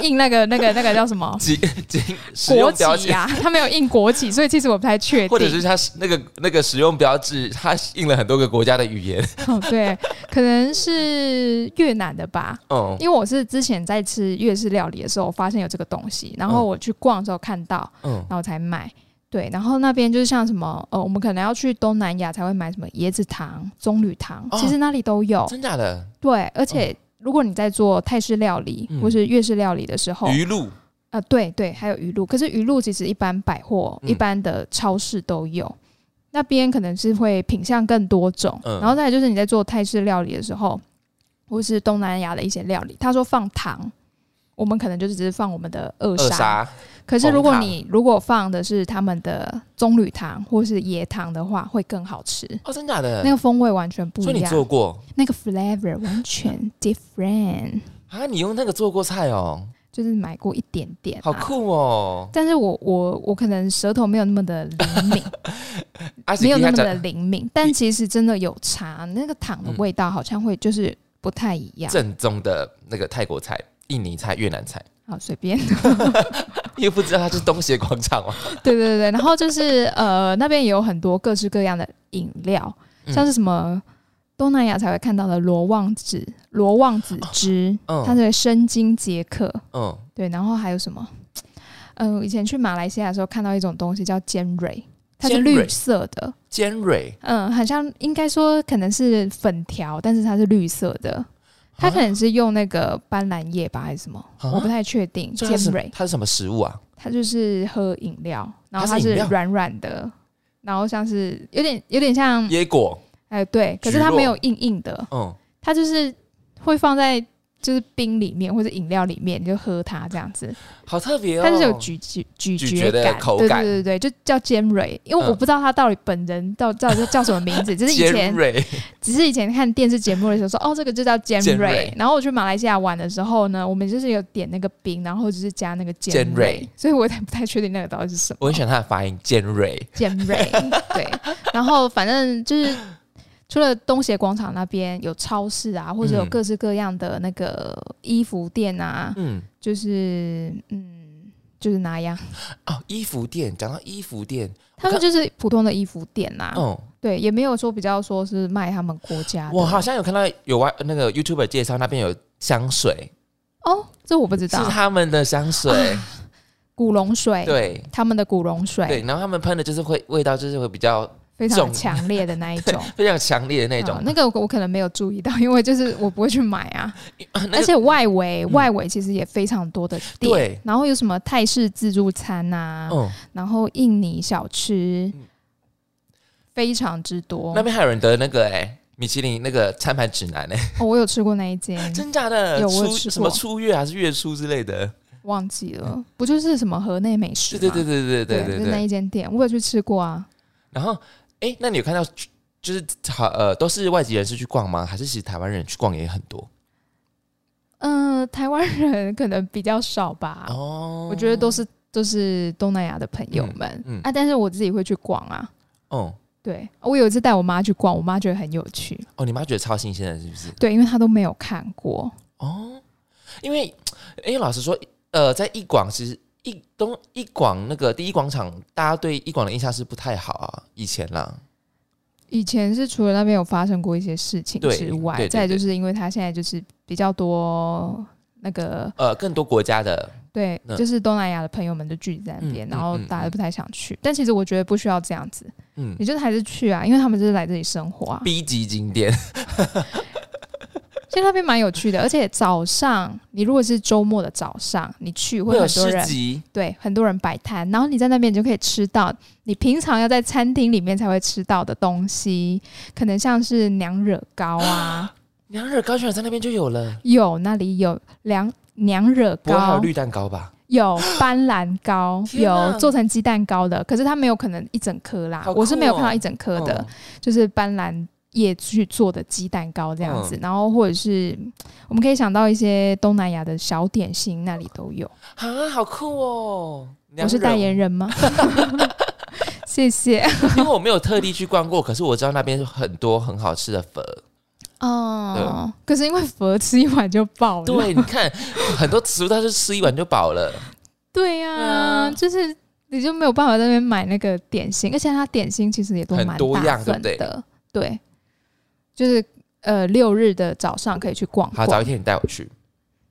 [SPEAKER 1] 印那个那个那个叫什么。
[SPEAKER 2] 经 经使
[SPEAKER 1] 国
[SPEAKER 2] 用标
[SPEAKER 1] 旗
[SPEAKER 2] 签，
[SPEAKER 1] 啊，他没有印国旗，所以其实我不太确定。
[SPEAKER 2] 或者是它那个那个使用标志，它印了很多个国家的语言，
[SPEAKER 1] 哦，对，可能是越南的吧，
[SPEAKER 2] 嗯，
[SPEAKER 1] 因为我是之前在吃粤式料理的时候，我发现有这个东西，然后
[SPEAKER 2] 嗯
[SPEAKER 1] 我去逛的时候看到，
[SPEAKER 2] 嗯
[SPEAKER 1] 然后才买。对，然后那边就是像什么，呃，我们可能要去东南亚才会买什么椰子糖、棕榈糖，
[SPEAKER 2] 哦
[SPEAKER 1] 其实那里都有。
[SPEAKER 2] 真假的
[SPEAKER 1] 对，而且如果你在做泰式料理、
[SPEAKER 2] 嗯
[SPEAKER 1] 或是粤式料理的时候，
[SPEAKER 2] 鱼露
[SPEAKER 1] 呃，对对，还有鱼露。可是鱼露其实一般百货、
[SPEAKER 2] 嗯
[SPEAKER 1] 一般的超市都有，那边可能是会品相更多种。
[SPEAKER 2] 嗯
[SPEAKER 1] 然后再来就是你在做泰式料理的时候，或是东南亚的一些料理，他说放糖，我们可能就是只是放我们的二
[SPEAKER 2] 二
[SPEAKER 1] 砂。
[SPEAKER 2] 砂，
[SPEAKER 1] 可是如果
[SPEAKER 2] 红糖
[SPEAKER 1] 你如果放的是他们的棕榈糖或是椰糖的话，会更好吃。
[SPEAKER 2] 哦，真假的
[SPEAKER 1] 那，个风味完全不
[SPEAKER 2] 所以
[SPEAKER 1] 一
[SPEAKER 2] 你做
[SPEAKER 1] 样，
[SPEAKER 2] 过
[SPEAKER 1] 那个 flavor 完全 different，
[SPEAKER 2] 啊？你用那个做过菜哦，
[SPEAKER 1] 就是买过一点点、啊，
[SPEAKER 2] 好酷哦！
[SPEAKER 1] 但是我我我可能舌头没有那么的灵 敏，
[SPEAKER 2] 啊
[SPEAKER 1] 没有那么
[SPEAKER 2] 是
[SPEAKER 1] 的灵敏，但其实真的有差，那个糖
[SPEAKER 2] 嗯
[SPEAKER 1] 的味道好像会就是不太一样。
[SPEAKER 2] 正宗的那个泰国菜、印尼菜、越南菜，
[SPEAKER 1] 好，随便。
[SPEAKER 2] 因为不知道它是东协广场哦。
[SPEAKER 1] 对对对对，然后就是呃，那边也有很多各式各样的饮料，
[SPEAKER 2] 嗯
[SPEAKER 1] 像是什么东南亚才会看到的罗望子、罗望子汁，
[SPEAKER 2] 哦嗯
[SPEAKER 1] 它是生津解渴。
[SPEAKER 2] 嗯，
[SPEAKER 1] 呃对，然后还有什么？嗯、以前去马来西亚的时候看到一种东西叫尖蕊，它是绿色的，
[SPEAKER 2] 尖锐，
[SPEAKER 1] 嗯，好像应该说可能是粉条，但是它是绿色
[SPEAKER 2] 啊
[SPEAKER 1] 的。它可能是用那个斑斓叶吧，还是什么？
[SPEAKER 2] 啊
[SPEAKER 1] 我不太确定。
[SPEAKER 2] 这
[SPEAKER 1] 尖
[SPEAKER 2] 它是
[SPEAKER 1] 锐，
[SPEAKER 2] 它是什么食物啊？
[SPEAKER 1] 它就是喝饮料，然后
[SPEAKER 2] 它
[SPEAKER 1] 它
[SPEAKER 2] 是饮
[SPEAKER 1] 是
[SPEAKER 2] 料
[SPEAKER 1] 软软的，然后像是有点有点像，
[SPEAKER 2] 椰果，
[SPEAKER 1] 哎，对，可是它
[SPEAKER 2] 橘络
[SPEAKER 1] 没有硬硬的，
[SPEAKER 2] 嗯，
[SPEAKER 1] 它就是会放在就是冰里面或者饮料里面，你就喝它这样子。
[SPEAKER 2] 好特别哦。
[SPEAKER 1] 它就是有咀嚼咀
[SPEAKER 2] 咀
[SPEAKER 1] 嚼
[SPEAKER 2] 嚼的口
[SPEAKER 1] 对
[SPEAKER 2] 感
[SPEAKER 1] 对对对，就叫尖锐，因为
[SPEAKER 2] 嗯
[SPEAKER 1] 我不知道它到底本人到到底叫什么名字，只是以
[SPEAKER 2] 尖
[SPEAKER 1] 前
[SPEAKER 2] 锐，
[SPEAKER 1] 只是以前看电视节目的时候说，哦，这个就叫尖
[SPEAKER 2] 尖
[SPEAKER 1] 锐
[SPEAKER 2] 锐。
[SPEAKER 1] 然后我去马来西亚玩的时候呢，我们就是有点那个冰，然后就是加那个尖
[SPEAKER 2] 尖
[SPEAKER 1] 锐
[SPEAKER 2] 锐，
[SPEAKER 1] 所以我也不太确定那个到底是什
[SPEAKER 2] 我
[SPEAKER 1] 么
[SPEAKER 2] 很喜欢它的发音，尖锐。
[SPEAKER 1] 尖 锐。对，然后反正就是除了东协广场那边有超市啊，或者有
[SPEAKER 2] 嗯
[SPEAKER 1] 各式各样的那个衣服店啊，
[SPEAKER 2] 嗯，
[SPEAKER 1] 就是嗯，就是那样，
[SPEAKER 2] 哦，衣服店，讲到衣服店，
[SPEAKER 1] 他们就是普通的衣服店啦、
[SPEAKER 2] 嗯，
[SPEAKER 1] 对，也没有说比较说是卖他们国家的。
[SPEAKER 2] 我好像有看到有外那个 YouTuber 介绍那边有香水，
[SPEAKER 1] 哦，这我不知
[SPEAKER 2] 是
[SPEAKER 1] 道，哦
[SPEAKER 2] 他们的香水，
[SPEAKER 1] 古龙水。
[SPEAKER 2] 对
[SPEAKER 1] 他们的古龙水，
[SPEAKER 2] 对，然后他们喷的就是会味道就是会比较
[SPEAKER 1] 非常
[SPEAKER 2] 重
[SPEAKER 1] 强烈的那一 种。
[SPEAKER 2] 非常强烈的那种
[SPEAKER 1] 啊，那个我我可能没有注意到， 因为就是我不会去买啊。
[SPEAKER 2] 那
[SPEAKER 1] 而
[SPEAKER 2] 个
[SPEAKER 1] 且外围、
[SPEAKER 2] 嗯
[SPEAKER 1] 外围其实也非常多的店，
[SPEAKER 2] 对
[SPEAKER 1] 然后有什么泰式自助餐呐、
[SPEAKER 2] 嗯，
[SPEAKER 1] 然后印尼小吃，
[SPEAKER 2] 嗯
[SPEAKER 1] 非常之多。
[SPEAKER 2] 那边还有人得那个哎米其林那个餐盘指南哎，
[SPEAKER 1] 哦，我有吃过那一间，
[SPEAKER 2] 真假的？
[SPEAKER 1] 有我有
[SPEAKER 2] 初
[SPEAKER 1] 吃过
[SPEAKER 2] 什么初月还是月初之类的？
[SPEAKER 1] 忘记了，不就是什么河内美食
[SPEAKER 2] 对
[SPEAKER 1] 吗？
[SPEAKER 2] 对对对对对对
[SPEAKER 1] 就是那
[SPEAKER 2] 对。
[SPEAKER 1] 一间店，我有去吃过啊。
[SPEAKER 2] 然后哎，那你有看到就是好呃都是外籍人士去逛吗？还是其实台湾人去逛也很多？
[SPEAKER 1] 嗯、台湾人可能比较少吧。
[SPEAKER 2] 哦，
[SPEAKER 1] 我觉得都是都是东南亚的朋友们、
[SPEAKER 2] 嗯嗯
[SPEAKER 1] 啊，但是我自己会去逛啊。
[SPEAKER 2] 哦
[SPEAKER 1] 对，啊我有一次带我妈去逛，我妈觉得很有趣。
[SPEAKER 2] 哦，你妈觉得超新鲜的，是不是？
[SPEAKER 1] 对，因为她都没有看过。
[SPEAKER 2] 哦，因为因为老实说，呃，在一广其实一东一广那个第一广场，大家对一广的印象是不太好啊，以前啦，
[SPEAKER 1] 以前是除了那边有发生过一些事情
[SPEAKER 2] 对
[SPEAKER 1] 之外，
[SPEAKER 2] 对对
[SPEAKER 1] 再来就是因为她现在就是比较多那个
[SPEAKER 2] 呃，更多国家的
[SPEAKER 1] 对，
[SPEAKER 2] 嗯
[SPEAKER 1] 就是东南亚的朋友们就聚集在那边，
[SPEAKER 2] 嗯嗯
[SPEAKER 1] 然后
[SPEAKER 2] 嗯
[SPEAKER 1] 大家都
[SPEAKER 2] 嗯
[SPEAKER 1] 不太想去。但其实我觉得不需要这样子，
[SPEAKER 2] 嗯
[SPEAKER 1] 你就是还是去啊，因为他们就是来这里生活啊。
[SPEAKER 2] B 级景点，
[SPEAKER 1] 其实那边蛮有趣的，而且早上你如果是周末的早上你去，
[SPEAKER 2] 会
[SPEAKER 1] 会
[SPEAKER 2] 有
[SPEAKER 1] 很多
[SPEAKER 2] 市
[SPEAKER 1] 人
[SPEAKER 2] 集，
[SPEAKER 1] 对，很多人摆摊，然后你在那边你就可以吃到你平常要在餐厅里面才会吃到的东西，可能像是娘惹糕 啊，
[SPEAKER 2] 娘惹糕居然在那边就有了，
[SPEAKER 1] 有那里有凉娘惹
[SPEAKER 2] 不会还有
[SPEAKER 1] 糕，
[SPEAKER 2] 绿蛋糕吧？
[SPEAKER 1] 有斑斓糕，
[SPEAKER 2] 天
[SPEAKER 1] 有
[SPEAKER 2] 哪
[SPEAKER 1] 做成鸡蛋糕的，可是它没有可能一整颗啦，
[SPEAKER 2] 好
[SPEAKER 1] 我是
[SPEAKER 2] 酷
[SPEAKER 1] 没有看到
[SPEAKER 2] 哦
[SPEAKER 1] 一整颗的，
[SPEAKER 2] 嗯
[SPEAKER 1] 就是斑斓。叶去做的鸡蛋糕这样子，
[SPEAKER 2] 嗯
[SPEAKER 1] 然后或者是我们可以想到一些东南亚的小点心，那里都有。
[SPEAKER 2] 啊，好酷哦！
[SPEAKER 1] 我是代言
[SPEAKER 2] 人，
[SPEAKER 1] 人吗？ 谢谢。
[SPEAKER 2] 因为我没有特地去逛过，可是我知道那边很多很好吃的粉。
[SPEAKER 1] 哦，可是因为佛吃一碗就饱了，
[SPEAKER 2] 对，你看很多食物，它是吃一碗就饱了。
[SPEAKER 1] 对呀、
[SPEAKER 2] 对啊
[SPEAKER 1] 就是你就没有办法在那边买那个点心，而且它点心其实也都蛮
[SPEAKER 2] 很多
[SPEAKER 1] 大
[SPEAKER 2] 样
[SPEAKER 1] 份
[SPEAKER 2] 对不
[SPEAKER 1] 的，对，就是呃六日的早上可以去逛
[SPEAKER 2] 好，
[SPEAKER 1] 逛，
[SPEAKER 2] 早一天你带我去。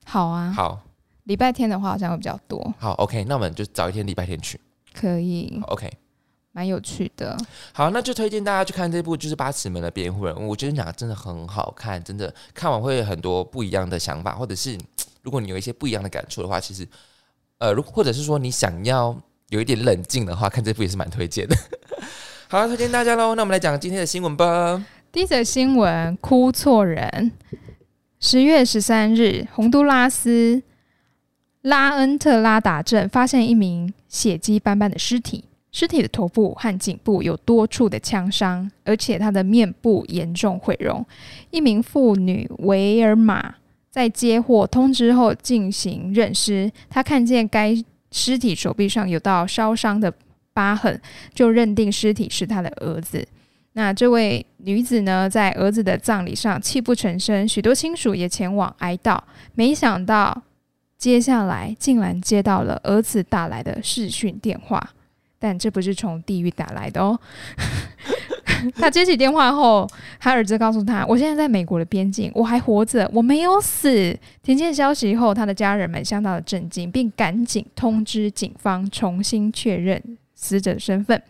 [SPEAKER 1] 好啊，
[SPEAKER 2] 好
[SPEAKER 1] 礼拜天的话好像会比较多，
[SPEAKER 2] 好，OK，那我们就早一天礼拜天去。
[SPEAKER 1] 可以，
[SPEAKER 2] OK，
[SPEAKER 1] 蛮有趣的，
[SPEAKER 2] 好，那就推荐大家去看这部就是《八尺门的辩护人》，我觉得讲真的很好看，真的看完会有很多不一样的想法，或者是呃如果你有一些不一样的感触的话，其实呃，如或者是说你想要有一点冷静的话，看这部也是蛮推荐的。 好，推荐大家喽。那我们来讲今天的新闻吧。
[SPEAKER 1] 第一则新闻：哭错人。十月十三日，洪都拉斯拉恩特拉达镇发现一名血迹斑斑的尸体，尸体的头部和颈部有多处的枪伤，而且他的面部严重毁容。一名妇女维尔玛在接获通知后进行认尸，她看见该尸体手臂上有道烧伤的疤痕，就认定尸体是她的儿子。那这位女子呢，在儿子的葬礼上泣不成声，许多亲属也前往哀悼。没想到，接下来竟然接到了儿子打来的视讯电话，但这不是从地狱打来的哦。 他接起电话后，他儿子告诉他：“我现在在美国的边境，我还活着，我没有死。”听见消息后，他的家人们相当的震惊，并赶紧通知警方重新确认死者的身份。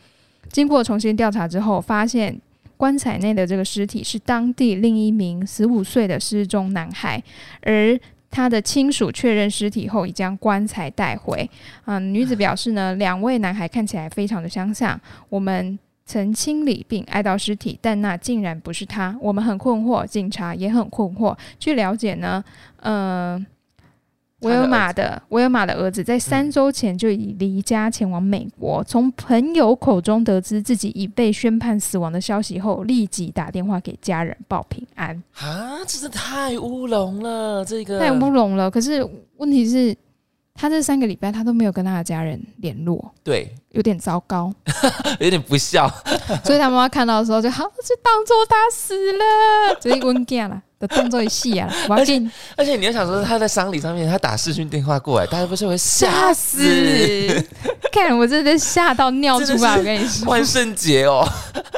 [SPEAKER 1] 经过重新调查之后，发现棺材内的这个尸体是当地另一名十五岁的失踪男孩，而他的亲属确认尸体后，已将棺材带回。嗯、女子表示 呢，两位男孩看起来非常的相像，我们。曾清理并哀悼尸体，但那竟然不是他，我们很困惑，警察也很困惑。据了解呢，嗯、
[SPEAKER 2] 他
[SPEAKER 1] 维
[SPEAKER 2] 的
[SPEAKER 1] 尔
[SPEAKER 2] 儿
[SPEAKER 1] 玛的维尔玛的儿子在三周前就已离家前往美国。从朋友口中得知自己已被宣判死亡的消息后，立即打电话给家人报平安。
[SPEAKER 2] 啊，真的太乌龙了，这个
[SPEAKER 1] 太乌龙了。可是问题是，他这三个礼拜他都没有跟他的家人联络，
[SPEAKER 2] 对，
[SPEAKER 1] 有点糟糕。
[SPEAKER 2] 有点不孝。
[SPEAKER 1] 所以他妈妈看到的时候就好，就当做他死了，只是温干啦，就当做一戏啊，我要进
[SPEAKER 2] 而且你又想说他在丧礼上面，他打视讯电话过来，大家不是会吓
[SPEAKER 1] 吓
[SPEAKER 2] 死？
[SPEAKER 1] 死。看我真的吓到尿出来，我
[SPEAKER 2] 真
[SPEAKER 1] 跟你说，
[SPEAKER 2] 万圣节哦，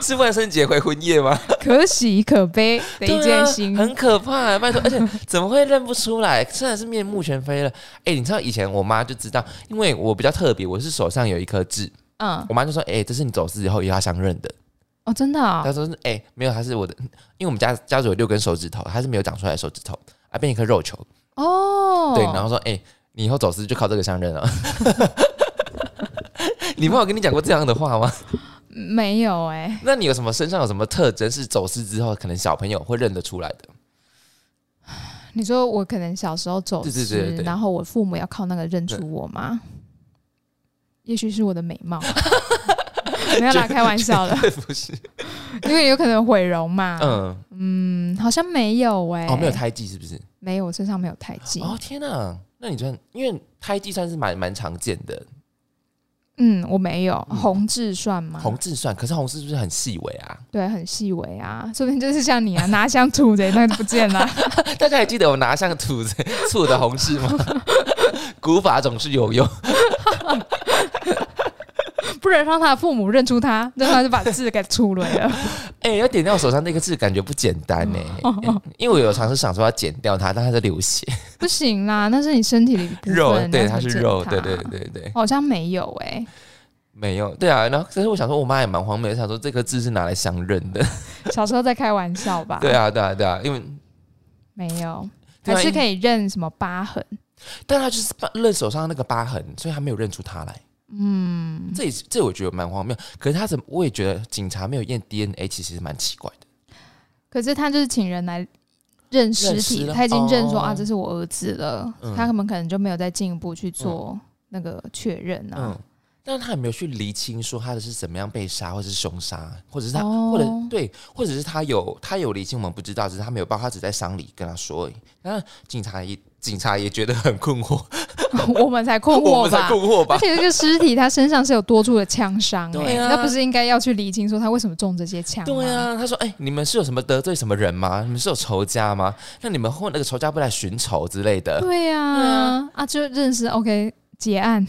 [SPEAKER 2] 是万圣节回婚夜吗？
[SPEAKER 1] 可喜可悲的一件心。
[SPEAKER 2] 对啊很可怕、拜托，而且怎么会认不出来？真的是面目全非了。哎、你知道以前我妈就知道，因为我比较特别，我是手上有一颗痣，
[SPEAKER 1] 嗯，
[SPEAKER 2] 我妈就说：“哎、这是你走失以后也要相认的。
[SPEAKER 1] 哦，真的啊、
[SPEAKER 2] 她说：“哎、没有，她是我的，因为我们家家族有六根手指头，她是没有长出来的手指头，啊，变一颗肉球。
[SPEAKER 1] 哦，
[SPEAKER 2] 对，然后说：“哎、你以后走失就靠这个相认了。” 你妈有跟你讲过这样的话吗？
[SPEAKER 1] 没有哎、
[SPEAKER 2] 那你有什么身上有什么特征是走失之后可能小朋友会认得出来的？
[SPEAKER 1] 你说我可能小时候走失，
[SPEAKER 2] 对对对对对
[SPEAKER 1] 然后我父母要靠那个认出我吗？也许是我的美 貌， 没有啦，开玩笑的，
[SPEAKER 2] 不是，
[SPEAKER 1] 因为有可能毁容嘛。嗯
[SPEAKER 2] 嗯，
[SPEAKER 1] 好像没有哎、
[SPEAKER 2] 哦，没有胎记是不是？
[SPEAKER 1] 没有，我身上没有胎记。
[SPEAKER 2] 哦，天哪、那你算，因为胎记算是蛮蛮常见的，
[SPEAKER 1] 嗯，我没有。
[SPEAKER 2] 嗯
[SPEAKER 1] 红痣算吗？
[SPEAKER 2] 红痣算，可是红痣是不是很细微啊？
[SPEAKER 1] 对，很细微啊，说不定就是像你啊，拿香杵的那就不见 了。
[SPEAKER 2] 大家还记得我拿像吐子醋的红痣吗？ 古法总是有用，
[SPEAKER 1] 不能让他的父母认出他，让他就把痣给出来了。
[SPEAKER 2] 哎、要点掉我手上那个痣，感觉不简单 呢、因为我有尝试想说要剪掉它，但它在流血，
[SPEAKER 1] 不行啦，那是你身体的一部分，
[SPEAKER 2] 肉，
[SPEAKER 1] 那
[SPEAKER 2] 对，
[SPEAKER 1] 怎
[SPEAKER 2] 它
[SPEAKER 1] 么
[SPEAKER 2] 是
[SPEAKER 1] 整
[SPEAKER 2] 肉，
[SPEAKER 1] 它
[SPEAKER 2] 对对对对，
[SPEAKER 1] 好像没有哎、
[SPEAKER 2] 没有，对啊。然后，可是我想说，我妈也蛮荒谬，想说这个痣是拿来相认的，
[SPEAKER 1] 小时候在开玩笑吧？
[SPEAKER 2] 对，啊，对啊，对啊，因为
[SPEAKER 1] 没有，
[SPEAKER 2] 对
[SPEAKER 1] 还
[SPEAKER 2] 啊
[SPEAKER 1] 是可以认什么疤痕。
[SPEAKER 2] 但他就是把认手上那个疤痕，所以他没有认出他来。嗯，这也是这我觉得蛮荒谬。可是他怎么？我也觉得警察没有验 DNA，其实蛮奇怪的。
[SPEAKER 1] 可是他就是请人来认尸
[SPEAKER 2] 认尸
[SPEAKER 1] 体，
[SPEAKER 2] 了
[SPEAKER 1] 他已经认说、
[SPEAKER 2] 哦
[SPEAKER 1] 啊，这是我儿子了，
[SPEAKER 2] 嗯
[SPEAKER 1] 他们可能就没有再进一步去做那个确认啊。
[SPEAKER 2] 嗯，但是他也没有去厘清说他的是怎么样被杀，或者是凶杀，或者是他，
[SPEAKER 1] 哦
[SPEAKER 2] 或者对，或者是他有他有厘清，我们不知道，只是他没有报，他只在丧礼跟他说而已。那警察也警察也觉得很困惑，
[SPEAKER 1] 我们才困
[SPEAKER 2] 嗯我
[SPEAKER 1] 惑
[SPEAKER 2] 们才
[SPEAKER 1] 吧
[SPEAKER 2] 困。惑
[SPEAKER 1] 而
[SPEAKER 2] 吧？
[SPEAKER 1] 且这个尸体，他身上是有多处的枪伤、欸，
[SPEAKER 2] 对啊
[SPEAKER 1] 那不是应该要去理清说他为什么中这些枪吗？
[SPEAKER 2] 对啊，他说：“哎、你们是有什么得罪什么人吗？你们是有仇家吗？那你们后那个仇家不来寻仇之类的，
[SPEAKER 1] 对啊，
[SPEAKER 2] 对
[SPEAKER 1] 啊就认识 OK 结案，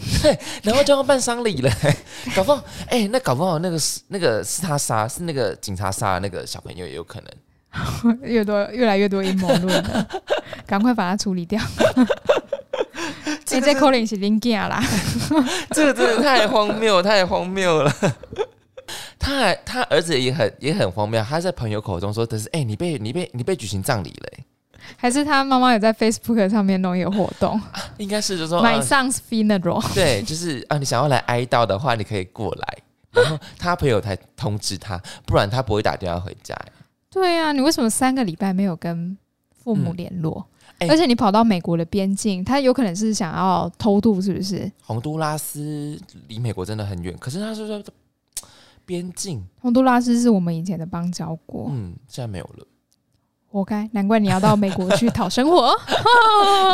[SPEAKER 2] 然后就要办丧礼了、 搞不好，哎、那搞不好那个是那个是他杀，是那个警察杀的那个小朋友也有可能。
[SPEAKER 1] 越多越来越多阴谋论 了，赶快把它处理掉。
[SPEAKER 2] 这
[SPEAKER 1] 你
[SPEAKER 2] 个
[SPEAKER 1] 这
[SPEAKER 2] 是
[SPEAKER 1] 扣零是零件啦，
[SPEAKER 2] 这个真的太荒谬，太荒谬了。他还他儿子也很也很荒谬，他在朋友口中说的是，哎、你被你被你被举行葬礼了、哎
[SPEAKER 1] 还是他妈妈有在 Facebook 上面弄一个活动
[SPEAKER 2] 应该是就说、
[SPEAKER 1] ，My
[SPEAKER 2] 啊，
[SPEAKER 1] son's funeral。
[SPEAKER 2] 对，就是啊，你想要来哀悼的话，你可以过来。然后他朋友才通知他，不然他不会打电话回家、欸
[SPEAKER 1] 对啊，你为什么三个礼拜没有跟父母联络？
[SPEAKER 2] 嗯哎
[SPEAKER 1] 而且你跑到美国的边境，他有可能是想要偷渡，是不是？
[SPEAKER 2] 洪都拉斯离美国真的很远，可是他是说边境，
[SPEAKER 1] 洪都拉斯是我们以前的邦交国，
[SPEAKER 2] 嗯，现在没有了。
[SPEAKER 1] 活该，难怪你要到美国去讨生 活。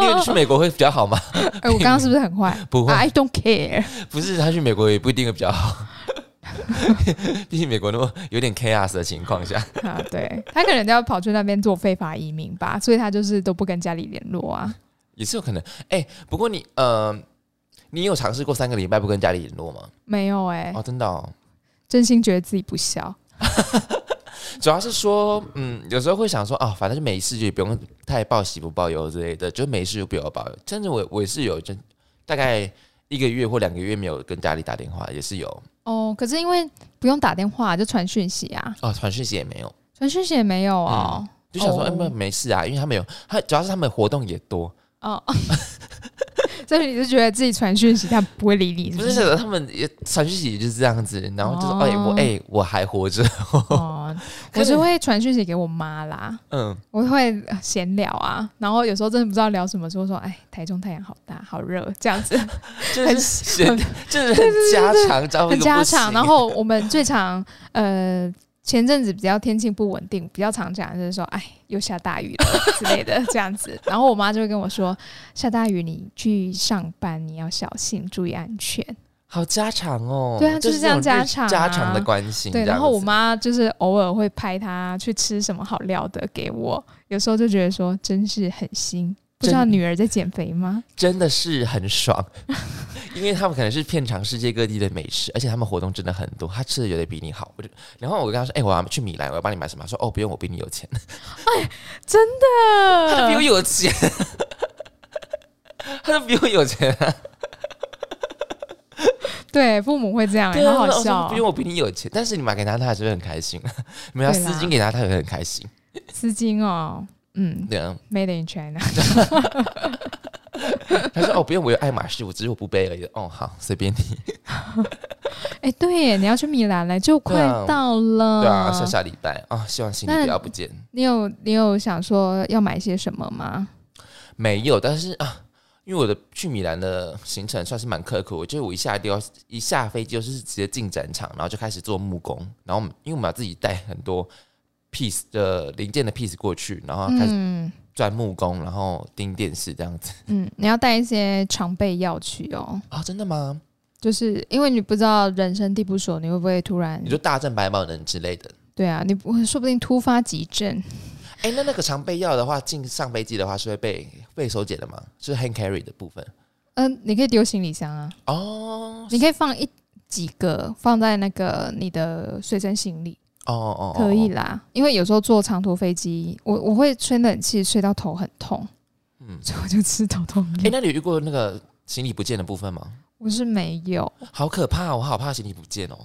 [SPEAKER 2] 因为去美国会比较好吗？
[SPEAKER 1] 哎，我刚刚是不是很坏
[SPEAKER 2] 不会，
[SPEAKER 1] ？I don't care。
[SPEAKER 2] 不是他去美国也不一定会比较好。 毕竟美国那么有点 chaos 的情况下，
[SPEAKER 1] 啊，对他可能要跑去那边做非法移民吧，所以他就是都不跟家里联络啊。
[SPEAKER 2] 也是有可能。哎、不过你呃，你有尝试过三个礼拜不跟家里联络吗？
[SPEAKER 1] 没有哎、
[SPEAKER 2] 哦，真的、哦，
[SPEAKER 1] 真心觉得自己不孝。
[SPEAKER 2] 主要是说，嗯，有时候会想说，啊，反正就没事，就也不用太报喜不报忧之类的，就没事就不要报忧。甚至我我也是有真大概一个月或两个月没有跟家里打电话，也是有
[SPEAKER 1] 哦，可是因为不用打电话，就传讯息啊，
[SPEAKER 2] 哦，传讯息也没有，
[SPEAKER 1] 传讯息也没有哦。
[SPEAKER 2] 嗯就想说，哎、
[SPEAKER 1] 哦
[SPEAKER 2] 没没事啊，因为他们有，他主要是他们活动也多，
[SPEAKER 1] 哦，所以你是觉得自己传讯息，他不会理你，是
[SPEAKER 2] 不
[SPEAKER 1] 不
[SPEAKER 2] 是
[SPEAKER 1] 是？
[SPEAKER 2] 他们也传讯息就是这样子，然后就说，
[SPEAKER 1] 哦
[SPEAKER 2] 哎、我哎、我还活着，
[SPEAKER 1] 哦，
[SPEAKER 2] 可
[SPEAKER 1] 我
[SPEAKER 2] 是
[SPEAKER 1] 是会传讯息给我妈啦，
[SPEAKER 2] 嗯，
[SPEAKER 1] 我会呃闲聊啊，然后有时候真的不知道聊什么，就会说，哎，台中太阳好大，好热，这样 子
[SPEAKER 2] 就是闲就是很家常，知 道
[SPEAKER 1] 很家常。然
[SPEAKER 2] 后
[SPEAKER 1] 后我们最常呃。前阵子比较天气不稳定，比较常讲就是说，哎，又下大雨了之类的这样子。然后我妈就会跟我说，下大雨你去上班你要小心，注意安全。
[SPEAKER 2] 好家常哦，
[SPEAKER 1] 对啊
[SPEAKER 2] 就
[SPEAKER 1] 就是这样
[SPEAKER 2] 这种
[SPEAKER 1] 家
[SPEAKER 2] 日
[SPEAKER 1] 常啊
[SPEAKER 2] 家常的关心，
[SPEAKER 1] 对，
[SPEAKER 2] 嗯这样
[SPEAKER 1] 然后我
[SPEAKER 2] 子
[SPEAKER 1] 妈就是偶尔会拍她去吃什么好料的给我，有时候就觉得说真是狠心，不知道
[SPEAKER 2] 真
[SPEAKER 1] 女儿在减肥 吗？
[SPEAKER 2] 真的是很爽， 因为他们可能是遍尝世界各地的美食，而且他们活动真的很多，他吃的有的比你好。我就，然后我就跟他说，哎、我要去米兰，我要帮你买什么？他说，哦，不用，我比你有钱，
[SPEAKER 1] 嗯
[SPEAKER 2] 他比我有钱， 他说比我有钱、啊，
[SPEAKER 1] 对，父母会这样、
[SPEAKER 2] 对
[SPEAKER 1] 欸，
[SPEAKER 2] 啊，
[SPEAKER 1] 好好
[SPEAKER 2] 他说
[SPEAKER 1] 笑
[SPEAKER 2] 哦
[SPEAKER 1] 哦、
[SPEAKER 2] 不用，我比你有钱，但是你买给他，他还是会很开心。你买
[SPEAKER 1] 对啦
[SPEAKER 2] 丝巾给他，他也会很开心。
[SPEAKER 1] 丝巾哦，嗯
[SPEAKER 2] 对啊，
[SPEAKER 1] ，Made in China，
[SPEAKER 2] 他说，哦，不用，我有爱马仕，我只是我不背而已。哦，好，随便你。
[SPEAKER 1] 哎、对耶，你要去米兰了，就快到了，
[SPEAKER 2] 啊对啊，下下礼拜啊、希望行李
[SPEAKER 1] 嗯那
[SPEAKER 2] 不要不见。
[SPEAKER 1] 你有你有想说要买些什么吗？
[SPEAKER 2] 没有，但是啊，因为我的去米兰的行程算是蛮刻苦，我就是我一下掉一下飞机就是直接进展场，然后就开始做木工，然后我们因为我们要自己带很多 piece 的零件的 piece 过去，然后啊开始
[SPEAKER 1] 嗯
[SPEAKER 2] 钻木工，然后钉电视这样子。
[SPEAKER 1] 嗯，你要带一些常备药去哦，
[SPEAKER 2] 啊、真的吗？
[SPEAKER 1] 就是因为你不知道人生地不熟，你会不会突然
[SPEAKER 2] 你说大正白毛人之类的。
[SPEAKER 1] 对啊，你不说不定突发急症。
[SPEAKER 2] 哎，那那个常备药的话，进上飞机的话是会被被收检的吗？是 hand carry 的部分
[SPEAKER 1] 嗯、你可以丢行李箱啊，
[SPEAKER 2] 哦
[SPEAKER 1] 你可以放一几个放在那个你的随身行李，
[SPEAKER 2] 哦哦，
[SPEAKER 1] 可以
[SPEAKER 2] 了，
[SPEAKER 1] 啦。因为有时候坐长途飞机，我我会吹冷气吹到头很痛，
[SPEAKER 2] 嗯，
[SPEAKER 1] 所以我就吃头痛
[SPEAKER 2] 哎，
[SPEAKER 1] 药。
[SPEAKER 2] 那你有遇过那个行李不见的部分吗？
[SPEAKER 1] 我是没有，
[SPEAKER 2] 好可怕、哦，我好怕行李不见哦，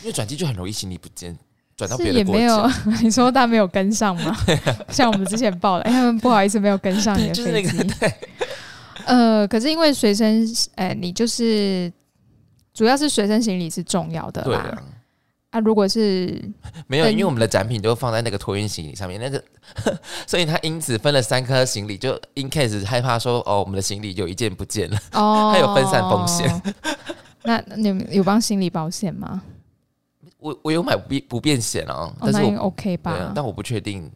[SPEAKER 2] 因为转机就很容易行李不见，转到
[SPEAKER 1] 是
[SPEAKER 2] 别
[SPEAKER 1] 也
[SPEAKER 2] 的国
[SPEAKER 1] 没有啊
[SPEAKER 2] 家。。
[SPEAKER 1] 你说他没有跟上 吗？像我们之前报的，哎、他们不好意思没有跟上你的
[SPEAKER 2] 就是
[SPEAKER 1] 飞
[SPEAKER 2] 那
[SPEAKER 1] 机。
[SPEAKER 2] 个
[SPEAKER 1] 呃，可是因为随身，哎、你就是主要是随身行李是重要的
[SPEAKER 2] 对
[SPEAKER 1] 啦。
[SPEAKER 2] 啊，
[SPEAKER 1] 啊，如果是
[SPEAKER 2] 没有，
[SPEAKER 1] 跟
[SPEAKER 2] 因为我们的展品都放在那个托运行李上面，那个， 所以他因此分了三颗行李，就 in case 害怕说哦，我们的行李有一件不见了，
[SPEAKER 1] 哦，
[SPEAKER 2] 还有分散风险。
[SPEAKER 1] 那你们有帮行李保险吗？
[SPEAKER 2] 我我有买不不变险哦，
[SPEAKER 1] 哦，
[SPEAKER 2] 但
[SPEAKER 1] 那
[SPEAKER 2] 是我、
[SPEAKER 1] 应该 OK
[SPEAKER 2] 对
[SPEAKER 1] 吧？
[SPEAKER 2] 啊
[SPEAKER 1] 嗯
[SPEAKER 2] 但我不确定，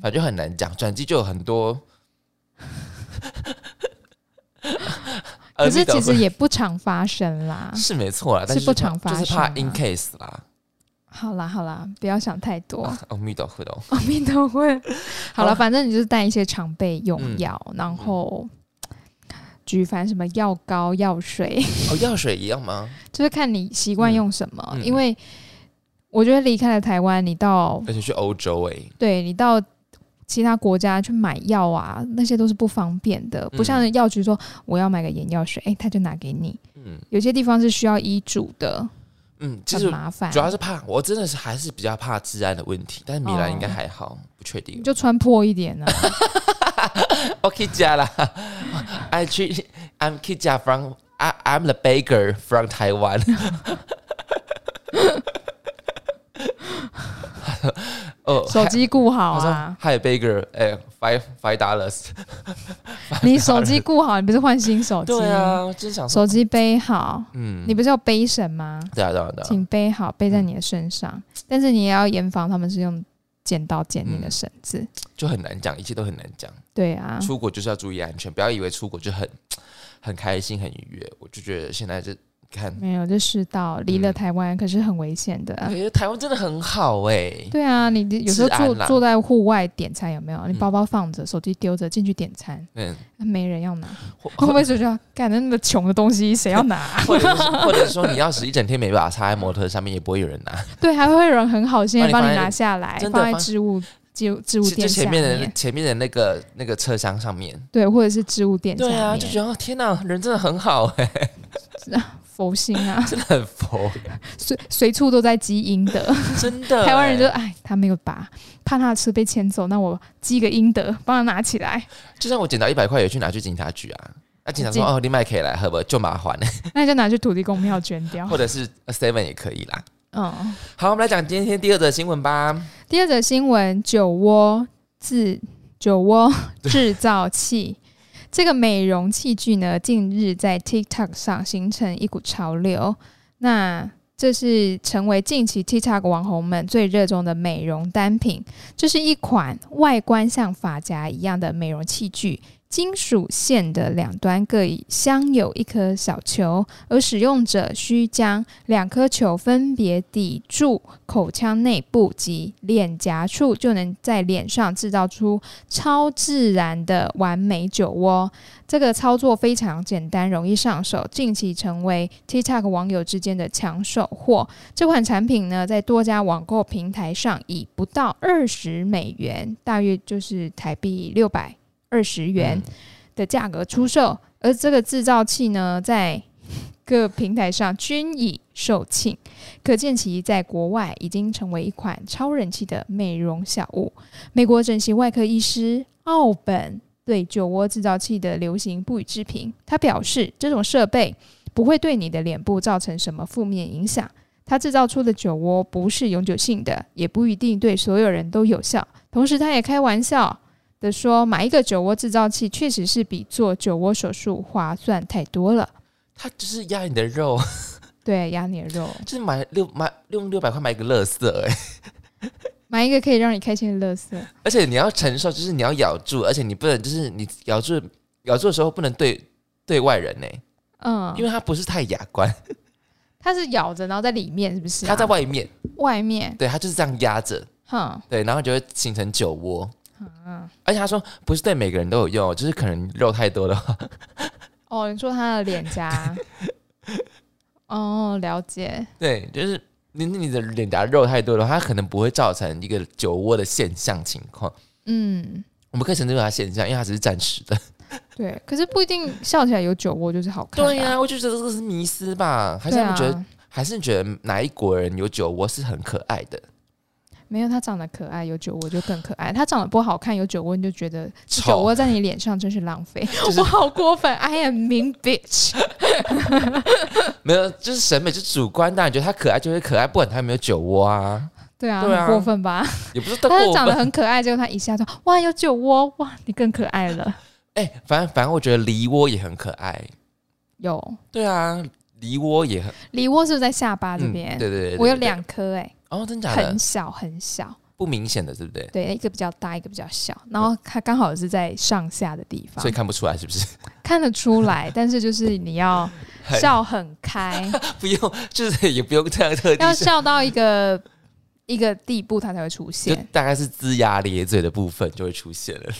[SPEAKER 2] 反正就很难讲，转机就有很多。
[SPEAKER 1] 可是其实
[SPEAKER 2] 也
[SPEAKER 1] 也不常发生啦。
[SPEAKER 2] 是没错啦，但
[SPEAKER 1] 是不
[SPEAKER 2] 就怕
[SPEAKER 1] 常发
[SPEAKER 2] 就是怕
[SPEAKER 1] 生啊
[SPEAKER 2] in case 啦。
[SPEAKER 1] 好啦好啦，不要想太多，
[SPEAKER 2] 哦，密豆会的哦。
[SPEAKER 1] 阿弥陀佛。 好
[SPEAKER 2] 好啦
[SPEAKER 1] 了，反正你就是带一些常备用
[SPEAKER 2] 哦嗯
[SPEAKER 1] 药，然后举凡什么药膏、药水，
[SPEAKER 2] 哦，药水一样吗？
[SPEAKER 1] 就是看你习惯用什么。
[SPEAKER 2] 嗯嗯
[SPEAKER 1] 因为我觉得离开了台湾，你到
[SPEAKER 2] 而且去欧洲哎、
[SPEAKER 1] 对你到其他国家去买药啊，那些都是不方便的，
[SPEAKER 2] 嗯
[SPEAKER 1] 不像药局说我要买个眼药水，哎、他就拿给你。
[SPEAKER 2] 嗯
[SPEAKER 1] 有些地方是需要医嘱的，
[SPEAKER 2] 嗯，其
[SPEAKER 1] 很
[SPEAKER 2] 实
[SPEAKER 1] 麻烦。
[SPEAKER 2] 主要是怕，我真的是还是比较怕治安的问题，但是米兰
[SPEAKER 1] 哦
[SPEAKER 2] 应该还好，不确定
[SPEAKER 1] 你。就穿破一 点呢、啊
[SPEAKER 2] OK 加啦，I 去 I'm Kija from I I'm the baker from Taiwan 。哦，
[SPEAKER 1] 手机顾好
[SPEAKER 2] 好
[SPEAKER 1] 啊
[SPEAKER 2] 像！Hi baker，哎、five five dollars。
[SPEAKER 1] 你手机顾好，你不是换新手机？
[SPEAKER 2] 对啊，我真想说，
[SPEAKER 1] 手机背好，
[SPEAKER 2] 嗯，
[SPEAKER 1] 你不是要背绳吗？
[SPEAKER 2] 对啊对啊对啊，嗯
[SPEAKER 1] 请背好，背在你的身上。但是你也要严防他们是用剪刀剪你的绳子。
[SPEAKER 2] 就很难讲，一切都很难讲。
[SPEAKER 1] 对啊，
[SPEAKER 2] 嗯出国就是要注意安全，不要以为出国就很很开心、很愉悦。我就觉得现在就看，
[SPEAKER 1] 没有就世道离了台湾，可是很危险的。
[SPEAKER 2] 我觉得哎台湾真的很好哎、
[SPEAKER 1] 对啊，你你有时候
[SPEAKER 2] 治安
[SPEAKER 1] 坐
[SPEAKER 2] 啦
[SPEAKER 1] 坐在户外点餐有没有？你
[SPEAKER 2] 嗯
[SPEAKER 1] 包包放着，手机丢着，进去点餐，
[SPEAKER 2] 嗯，
[SPEAKER 1] 没人 要拿，
[SPEAKER 2] 或
[SPEAKER 1] 会不
[SPEAKER 2] 或
[SPEAKER 1] 会就觉得干那么穷的东西谁要拿啊、
[SPEAKER 2] 或者是或者说你钥匙一整天 没把它插在摩托车上面，也不会有人拿。
[SPEAKER 1] 对，还会有人很好心的
[SPEAKER 2] 帮
[SPEAKER 1] 帮
[SPEAKER 2] 你
[SPEAKER 1] 你
[SPEAKER 2] 放在
[SPEAKER 1] 拿下来，
[SPEAKER 2] 真的
[SPEAKER 1] 放在
[SPEAKER 2] 放
[SPEAKER 1] 置物置物置物
[SPEAKER 2] 就
[SPEAKER 1] 垫下
[SPEAKER 2] 前面的
[SPEAKER 1] 面
[SPEAKER 2] 前面的那个那个车厢上面。
[SPEAKER 1] 对，或者是置物垫下
[SPEAKER 2] 对
[SPEAKER 1] 面，
[SPEAKER 2] 啊，就觉得哦天哪，人真的很好哎、
[SPEAKER 1] 佛心啊，
[SPEAKER 2] 真的很佛，
[SPEAKER 1] 随随处都在积阴德。
[SPEAKER 2] 真的、
[SPEAKER 1] 台湾人就
[SPEAKER 2] 哎
[SPEAKER 1] 哎，他没有拔，怕他的车被牵走，那我积个阴德，帮他拿起来。
[SPEAKER 2] 就像我捡到一百块，也去拿去警察局啊。那警察说
[SPEAKER 1] 警
[SPEAKER 2] 哦，你买可以来喝吧，就麻烦了，
[SPEAKER 1] 那你就拿去土地公庙捐掉
[SPEAKER 2] 或。者是呃 seven 也可以啦。
[SPEAKER 1] 嗯，
[SPEAKER 2] 好，我们来讲今天第二则新闻吧。
[SPEAKER 1] 第二则新闻：酒窝制酒窝制造器。 这个美容器具呢，近日在 TikTok 上形成一股潮流。那这是成为近期 TikTok 网红们最热衷的美容单品。这是一款外观像发夹一样的美容器具，金属线的两端各镶有一颗小球，而使用者需将两颗球分别抵住口腔内部及脸颊处，就能在脸上制造出超自然的完美酒窝。这个操作非常简单，容易上手，近期成为 TikTok 网友之间的抢手货。这款产品呢，在多家网购平台上以不到二十美元，大约就是台币六百二十元
[SPEAKER 2] 嗯
[SPEAKER 1] 的价格出售，而这个制造器呢，在各平台上均已售罄，可见其在国外已经成为一款超人气的美容小物。美国整形外科医师奥本对酒窝制造器的流行不予置评，他表示这种设备不会对你的脸部造成什么负面影响。它制造出的酒窝不是永久性的，也不一定对所有人都有效。同时，他也开玩笑的说，买一个酒窝制造器确实是比做酒窝手术划算太多了。
[SPEAKER 2] 他就是压你的肉，
[SPEAKER 1] 对，压你的肉，
[SPEAKER 2] 就是买六买用六百块买一个乐色哎，
[SPEAKER 1] 买一个可以让你开心的乐色。
[SPEAKER 2] 而且你要承受，就是你要咬住，而且你不能就是你咬住咬住的时候不能对对外人呢、
[SPEAKER 1] 嗯
[SPEAKER 2] 因，为它不是太雅观，
[SPEAKER 1] 它是咬着，然后在里面，是不是、啊？
[SPEAKER 2] 它在外面，
[SPEAKER 1] 外面，
[SPEAKER 2] 对，它就是这样压着，
[SPEAKER 1] 哼，
[SPEAKER 2] 对，然后就会形成酒窝。
[SPEAKER 1] 嗯
[SPEAKER 2] 而且他说不是对每个人都有用哦，就是可能肉太多的话，
[SPEAKER 1] 哦，你说它的脸颊， 哦，了解，
[SPEAKER 2] 对，就是你你的脸颊肉太多的话，它可能不会造成一个酒窝的现象情况。
[SPEAKER 1] 嗯，
[SPEAKER 2] 我们可以称之为它现象，因为它只是暂时的。
[SPEAKER 1] 对。可是不一定笑起来有酒窝就是好看、
[SPEAKER 2] 对呀、、我就觉得这个是迷思吧，还是
[SPEAKER 1] 对
[SPEAKER 2] 他们
[SPEAKER 1] 啊，
[SPEAKER 2] 觉得，还是觉得哪一国人有酒窝是很可爱的，
[SPEAKER 1] 没有他长得可爱，有酒窝就更可爱。他长得不好看，有酒窝你就觉得
[SPEAKER 2] 丑
[SPEAKER 1] 酒窝在你脸上真是浪费。
[SPEAKER 2] 就 是
[SPEAKER 1] 我好过分，I am mean bitch。
[SPEAKER 2] 没有，就是审美就是主观的，当然觉得他可爱就会可爱，不管他有没有酒窝啊，
[SPEAKER 1] 对啊，
[SPEAKER 2] 对啊
[SPEAKER 1] 很过分 吧？
[SPEAKER 2] 也不是都
[SPEAKER 1] 但是
[SPEAKER 2] 过
[SPEAKER 1] 长得
[SPEAKER 2] 分。
[SPEAKER 1] 很可爱，结果他一下说哇有酒窝，哇你更可爱了。
[SPEAKER 2] 哎、反正反正我觉得梨窝也很可爱，
[SPEAKER 1] 有
[SPEAKER 2] 对啊，梨窝也很，
[SPEAKER 1] 梨窝是不是在下巴这
[SPEAKER 2] 嗯，
[SPEAKER 1] 边？
[SPEAKER 2] 对对对对
[SPEAKER 1] 我有
[SPEAKER 2] 对
[SPEAKER 1] 两颗哎，
[SPEAKER 2] 哦，真假的
[SPEAKER 1] 很小很小，
[SPEAKER 2] 不明显的，对不对？
[SPEAKER 1] 对，一个比较大，一个比较小，然后它刚好是在上下的地方
[SPEAKER 2] 所以，看不出来是不 是？
[SPEAKER 1] 看得出来，但是就是你要
[SPEAKER 2] 很
[SPEAKER 1] 笑很开，
[SPEAKER 2] 不用，就是也不用这样特
[SPEAKER 1] 要
[SPEAKER 2] 地是，
[SPEAKER 1] 笑到一个一个地步，它才会出
[SPEAKER 2] 就
[SPEAKER 1] 现。
[SPEAKER 2] 大概是龇牙咧嘴的部分就会出现了。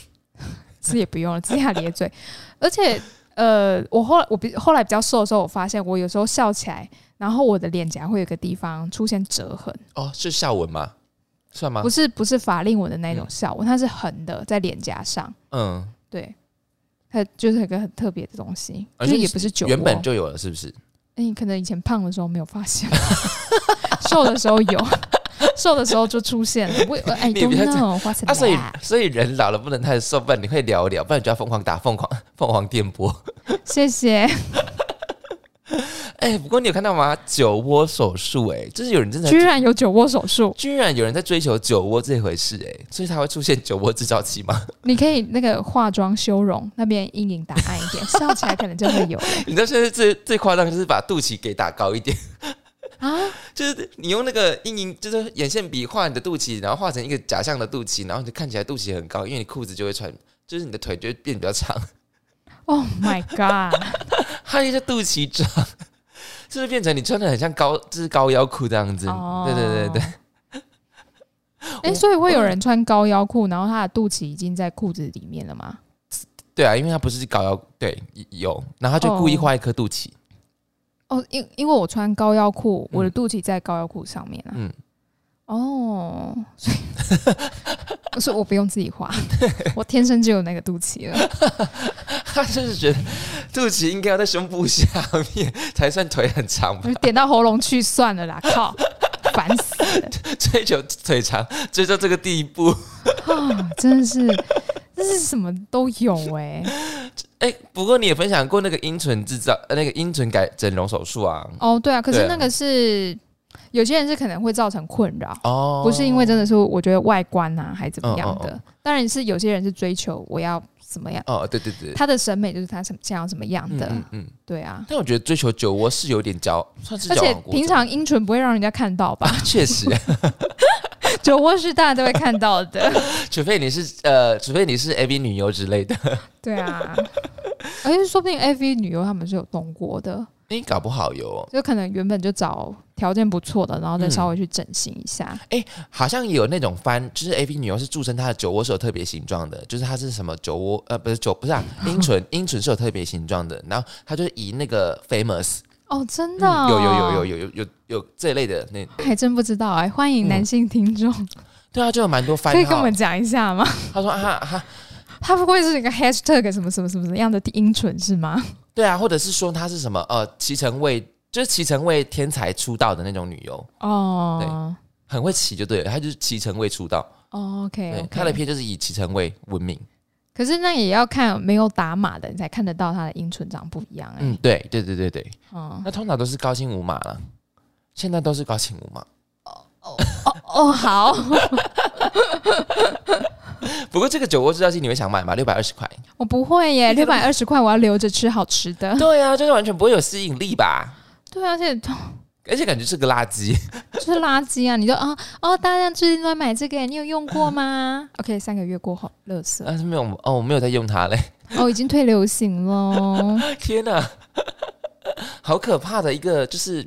[SPEAKER 1] 这也不用了，龇牙咧嘴。而且，呃，我后来我比后来比较瘦的时候，我发现我有时候笑起来，然后我的脸颊会有个地方出现折痕，
[SPEAKER 2] 哦，是笑纹吗？算吗
[SPEAKER 1] 不？是不是法令纹的那种笑纹，它是横的在脸颊上，
[SPEAKER 2] 嗯，
[SPEAKER 1] 对。它就是一个很特别的东西，
[SPEAKER 2] 而
[SPEAKER 1] 就
[SPEAKER 2] 且
[SPEAKER 1] 是也不是酒窝，
[SPEAKER 2] 啊原本就有了，是不是？
[SPEAKER 1] 哎、你可能以前胖的时候没有发现， 瘦的时候有， 瘦的时候就出现了。我哎，
[SPEAKER 2] 你也
[SPEAKER 1] don't
[SPEAKER 2] 不要这
[SPEAKER 1] know what's
[SPEAKER 2] 啊，所以
[SPEAKER 1] that？
[SPEAKER 2] 所以人老了不能太瘦，不然你会聊聊，不然你就要疯狂 打凤凰凤凰电波。
[SPEAKER 1] 谢谢。
[SPEAKER 2] 哎、不过你有看到吗？酒窝手术，哎，就是有人真的
[SPEAKER 1] 居然有酒窝手术，
[SPEAKER 2] 居然有人在追求酒窝这回事，哎，所以才会出现酒窝制造器吗？
[SPEAKER 1] 你可以那个化妆修容那边阴影打暗一点，笑起来可能就会有了
[SPEAKER 2] 你知道现在最最夸张就是把肚脐给打高一点，
[SPEAKER 1] 啊。
[SPEAKER 2] 就是你用那个阴影，就是眼线笔画你的肚脐，然后画成一个假象的肚脐，然后你就看起来肚脐很高，因为你裤子就会穿，就是你的腿就会变比较长，
[SPEAKER 1] Oh my god！
[SPEAKER 2] 还有一些肚脐长， 就是变成你穿的很像高，就是高腰裤这样子。
[SPEAKER 1] 哦
[SPEAKER 2] 对对对对，
[SPEAKER 1] 哎、所以会有人穿高腰裤，然后他的肚脐已经在裤子里面了吗？
[SPEAKER 2] 对啊，因为它不是高腰，对有，然后他就故意画一颗肚脐，
[SPEAKER 1] 哦，因因为我穿高腰裤，
[SPEAKER 2] 嗯
[SPEAKER 1] 我的肚脐在高腰裤上面啊。
[SPEAKER 2] 嗯
[SPEAKER 1] 哦，所以所以我不用自己画，我天生就有那个肚脐了。
[SPEAKER 2] 他就是觉得肚脐应该要在胸部下面才算腿很长吧
[SPEAKER 1] 我，就点到喉咙去算了啦，靠，烦死了
[SPEAKER 2] 追求腿长追到这个地步。
[SPEAKER 1] 啊！真的是，这是什么都有哎、
[SPEAKER 2] 哎、不过你也分享过那个阴唇制造，呃那个阴唇改整容手术啊。
[SPEAKER 1] 哦，对啊，可
[SPEAKER 2] 对
[SPEAKER 1] 是
[SPEAKER 2] 啊
[SPEAKER 1] 那个是有些人是可能会造成困扰，
[SPEAKER 2] 哦，
[SPEAKER 1] 不是因为真的是我觉得外观啊还怎么样的。
[SPEAKER 2] 嗯嗯
[SPEAKER 1] 当然是有些人是追求我要怎么样，
[SPEAKER 2] 哦，对对对，
[SPEAKER 1] 他的审美就是他什么想要什么样的，
[SPEAKER 2] 嗯嗯嗯。
[SPEAKER 1] 对啊。
[SPEAKER 2] 但我觉得追求酒窝是有点骄，算是
[SPEAKER 1] 而
[SPEAKER 2] 矫
[SPEAKER 1] 且
[SPEAKER 2] 枉过
[SPEAKER 1] 平
[SPEAKER 2] 正
[SPEAKER 1] 常阴唇不会让人家看到 吧？
[SPEAKER 2] 啊，确实，
[SPEAKER 1] 酒窝是大家都会看到 的，
[SPEAKER 2] 除非你是呃，除非你是 AV 女优之类的，
[SPEAKER 1] 对啊。而且说不定 AV 女优他们是有动过的，
[SPEAKER 2] 你搞不好有哦，
[SPEAKER 1] 就可能原本就找条件不错的，然后再
[SPEAKER 2] 嗯
[SPEAKER 1] 稍微去整形一下。
[SPEAKER 2] 好像有那种翻，就是 AV 女优是著称她的酒窝是有特别形状的，就是她是什么酒窝呃，不是酒，不是啊，阴唇，阴唇是有特别形状的，然后她就是以那个 famous，
[SPEAKER 1] 哦，真的、哦
[SPEAKER 2] 嗯有有有有有有有有这一类的那，
[SPEAKER 1] 还真不知道哎、欢迎男性听众，
[SPEAKER 2] 对啊，就有蛮多番
[SPEAKER 1] 可以跟我
[SPEAKER 2] 号
[SPEAKER 1] 们，讲一下吗？
[SPEAKER 2] 她说啊哈，
[SPEAKER 1] 他不会是一个 hashtag 什么什么什么样的音准是吗？
[SPEAKER 2] 对啊，或者是说她是什么呃，骑乘位，就是骑乘位天才出道的那种女优，
[SPEAKER 1] 哦，
[SPEAKER 2] 很会骑就对了，她就是骑乘位出道。
[SPEAKER 1] 哦，OK，,
[SPEAKER 2] 对
[SPEAKER 1] o，
[SPEAKER 2] 他的片就是以骑乘位闻名。
[SPEAKER 1] 可是那也要看没有打码的，你才看得到他的音准长不一样哎、
[SPEAKER 2] 嗯，对对对对对，
[SPEAKER 1] 哦
[SPEAKER 2] 那通常都是高清无码了，现在都是高清无码。
[SPEAKER 1] 哦哦，好，
[SPEAKER 2] 不过这个酒窝制造机你会想买吗？六百二十块？
[SPEAKER 1] 我不会耶，六百二十块我要留着吃好吃的。
[SPEAKER 2] 对啊，就是完全不会有吸引力吧？
[SPEAKER 1] 对啊，而且
[SPEAKER 2] 而且感觉是个垃圾。
[SPEAKER 1] 就是垃圾啊！你就啊哦，大家最近都在买这个，你有用过吗 ？OK，三个月过后，垃圾
[SPEAKER 2] 但是没有哦，我没有在用它嘞。
[SPEAKER 1] 哦，已经退流行 喽。
[SPEAKER 2] 天哪、 好可怕的一个，就是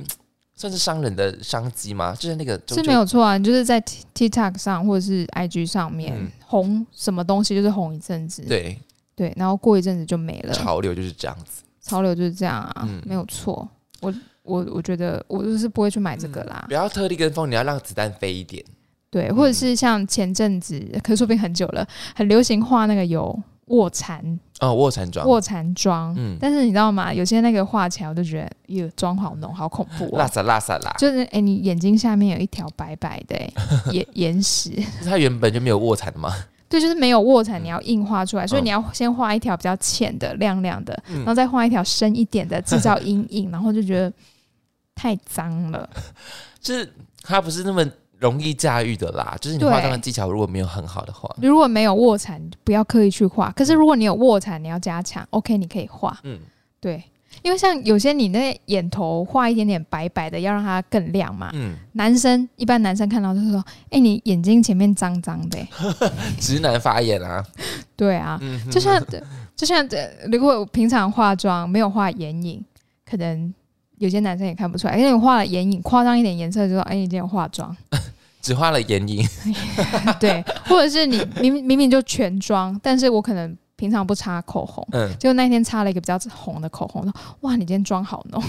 [SPEAKER 2] 算是商人的商机吗？就是那个
[SPEAKER 1] 是没，有错啊，你就是在 Tik- TikTok 上或者是 IG 上面、
[SPEAKER 2] 嗯
[SPEAKER 1] 红什么东西，就是红一阵子，
[SPEAKER 2] 对，
[SPEAKER 1] 对然后过一阵子就没了。
[SPEAKER 2] 潮流就是这样子。
[SPEAKER 1] 潮流就是这样啊，
[SPEAKER 2] 嗯
[SPEAKER 1] 没有错。我我我觉得我就是不会去买这个啦，
[SPEAKER 2] 不要特地跟风，你要让子弹飞一点。
[SPEAKER 1] 对，
[SPEAKER 2] 嗯
[SPEAKER 1] 或者是像前阵子，可是说不定很久了，很流行画那个有卧蚕
[SPEAKER 2] 哦，卧蚕妆，
[SPEAKER 1] 卧蚕妆，
[SPEAKER 2] 嗯
[SPEAKER 1] 但是你知道吗？有些那个画起来，我就觉得，哟，妆好浓，好恐怖
[SPEAKER 2] 拉
[SPEAKER 1] 哦。
[SPEAKER 2] 萨拉萨啦，
[SPEAKER 1] 就是哎、你眼睛下面有一条白白的、欸、眼眼屎，
[SPEAKER 2] 就是他原本就没有卧蚕的吗？
[SPEAKER 1] 对，就是没有卧蚕，你要硬画出来，所以
[SPEAKER 2] 嗯
[SPEAKER 1] 你要先画一条比较浅的、亮亮的，
[SPEAKER 2] 嗯
[SPEAKER 1] 然后再画一条深一点的，制 造阴影，然后就觉得太脏了。
[SPEAKER 2] 就是它不是那么容易驾驭的啦。就是你
[SPEAKER 1] 对
[SPEAKER 2] 化妆的技巧如果没有很好的话，
[SPEAKER 1] 如果没有卧蚕，不要刻意去画。可是如果你有卧蚕，你要加强，OK，你可以画。
[SPEAKER 2] 嗯，
[SPEAKER 1] 对，因为像有些你那眼头画一点点白白的，要让它更亮嘛。
[SPEAKER 2] 嗯，
[SPEAKER 1] 男生一般男生看到就是说，哎、你眼睛前面脏脏的欸、
[SPEAKER 2] 直男发言啊，
[SPEAKER 1] 对 啊，
[SPEAKER 2] 嗯，
[SPEAKER 1] 就像就像呃如果我平常化妆没有画眼影，可能有些男生也看不出来，因为你画了眼影，夸张一点颜色就说，哎、你今天有化妆，
[SPEAKER 2] 只画了眼影，
[SPEAKER 1] 对，或者是你明明明明就全妆，但是我可能平常不擦口红。
[SPEAKER 2] 嗯，
[SPEAKER 1] 结果那天擦了一个比较红的口红，说哇，你今天妆好浓。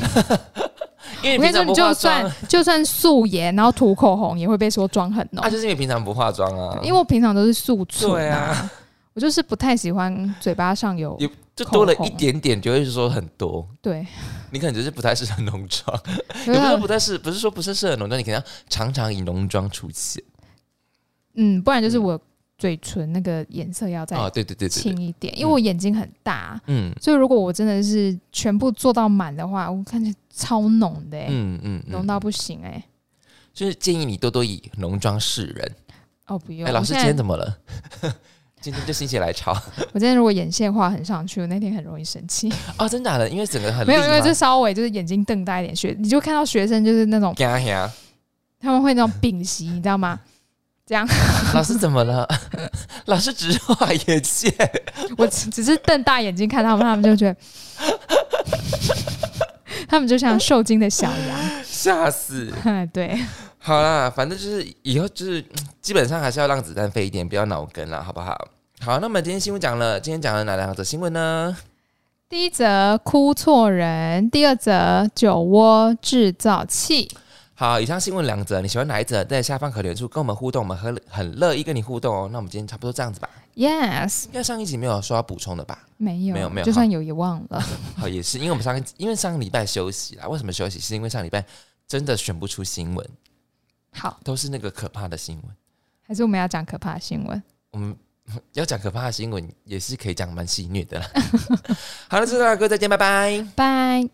[SPEAKER 2] 因为
[SPEAKER 1] 我
[SPEAKER 2] 你
[SPEAKER 1] 跟你说，
[SPEAKER 2] 平常
[SPEAKER 1] 你
[SPEAKER 2] 不
[SPEAKER 1] 就
[SPEAKER 2] 化
[SPEAKER 1] 算
[SPEAKER 2] 妆，啊
[SPEAKER 1] 就算素颜，然后涂口红也会被说妆很浓
[SPEAKER 2] 啊，，就是因为平常不化妆啊，
[SPEAKER 1] 因为我平常都是素
[SPEAKER 2] 对
[SPEAKER 1] 唇啊，
[SPEAKER 2] 啊，
[SPEAKER 1] 我就是不太喜欢嘴巴上有
[SPEAKER 2] 有就多了
[SPEAKER 1] 口
[SPEAKER 2] 一
[SPEAKER 1] 红
[SPEAKER 2] 点点，就会说很多。
[SPEAKER 1] 对，
[SPEAKER 2] 你可能只是不太适合浓妆，也
[SPEAKER 1] 有
[SPEAKER 2] 不是说
[SPEAKER 1] 点
[SPEAKER 2] 不太适，不是说不是适合浓妆，你可能要常常以浓妆出现。
[SPEAKER 1] 嗯，不然就是我嘴唇那个颜色要再
[SPEAKER 2] 哦，对对对嗯对对，
[SPEAKER 1] 轻一点，因为我眼睛很大，
[SPEAKER 2] 嗯
[SPEAKER 1] 所以如果我真的是全部做到满的话，我看起来超浓的、欸，
[SPEAKER 2] 嗯嗯，
[SPEAKER 1] 浓、
[SPEAKER 2] 嗯
[SPEAKER 1] 到不行哎、
[SPEAKER 2] 就是建议你多多以浓妆示人。
[SPEAKER 1] 哦，不用！
[SPEAKER 2] 哎，老师
[SPEAKER 1] 我
[SPEAKER 2] 今
[SPEAKER 1] 现
[SPEAKER 2] 天
[SPEAKER 1] 在
[SPEAKER 2] 怎么了？ 今天就心血来潮。
[SPEAKER 1] 我今天如果眼线画很上去，我那天很容易生气。
[SPEAKER 2] 哦，真假的，因为整个很
[SPEAKER 1] 没有，
[SPEAKER 2] 立
[SPEAKER 1] 因为
[SPEAKER 2] 吗
[SPEAKER 1] 就稍微就是眼睛瞪大一点，学你就看到学生就是那种
[SPEAKER 2] 呀呀，
[SPEAKER 1] 他们会那种屏息，你知道吗？这样，
[SPEAKER 2] 老师怎么了？ 老师只画眼线，
[SPEAKER 1] 我只只是瞪大眼睛看他们，他们就觉得， 他们就像受惊的小羊。
[SPEAKER 2] 吓死！
[SPEAKER 1] 对，
[SPEAKER 2] 好啦，反正就是以后就是嗯基本上还是要让子弹飞一点，不要脑梗啦，好不好？好，那么今天新闻讲了，今天讲了哪两则新闻呢？
[SPEAKER 1] 第一则哭错人，第二则酒窝制造器。
[SPEAKER 2] 好，以上新闻两则，你喜欢哪一则？在下方可留言处跟我们互动，我们很很乐意跟你互动哦。那我们今天差不多这样子吧。
[SPEAKER 1] Yes，
[SPEAKER 2] 应该上一集没有说要补充的吧？
[SPEAKER 1] 没有，
[SPEAKER 2] 没有没有嗯
[SPEAKER 1] 就算有也忘了。
[SPEAKER 2] 好，也是因为我们上一集因为上个礼拜休息啦。为什么休息？是因为上礼拜真的选不出新闻，
[SPEAKER 1] 好，
[SPEAKER 2] 都是那个可怕的新闻。
[SPEAKER 1] 还是我们要讲可怕的新闻。
[SPEAKER 2] 我们嗯要讲可怕 的新闻，也是可以讲蛮戏虐的啦。好了，知道了，各位再见，拜拜。
[SPEAKER 1] 拜。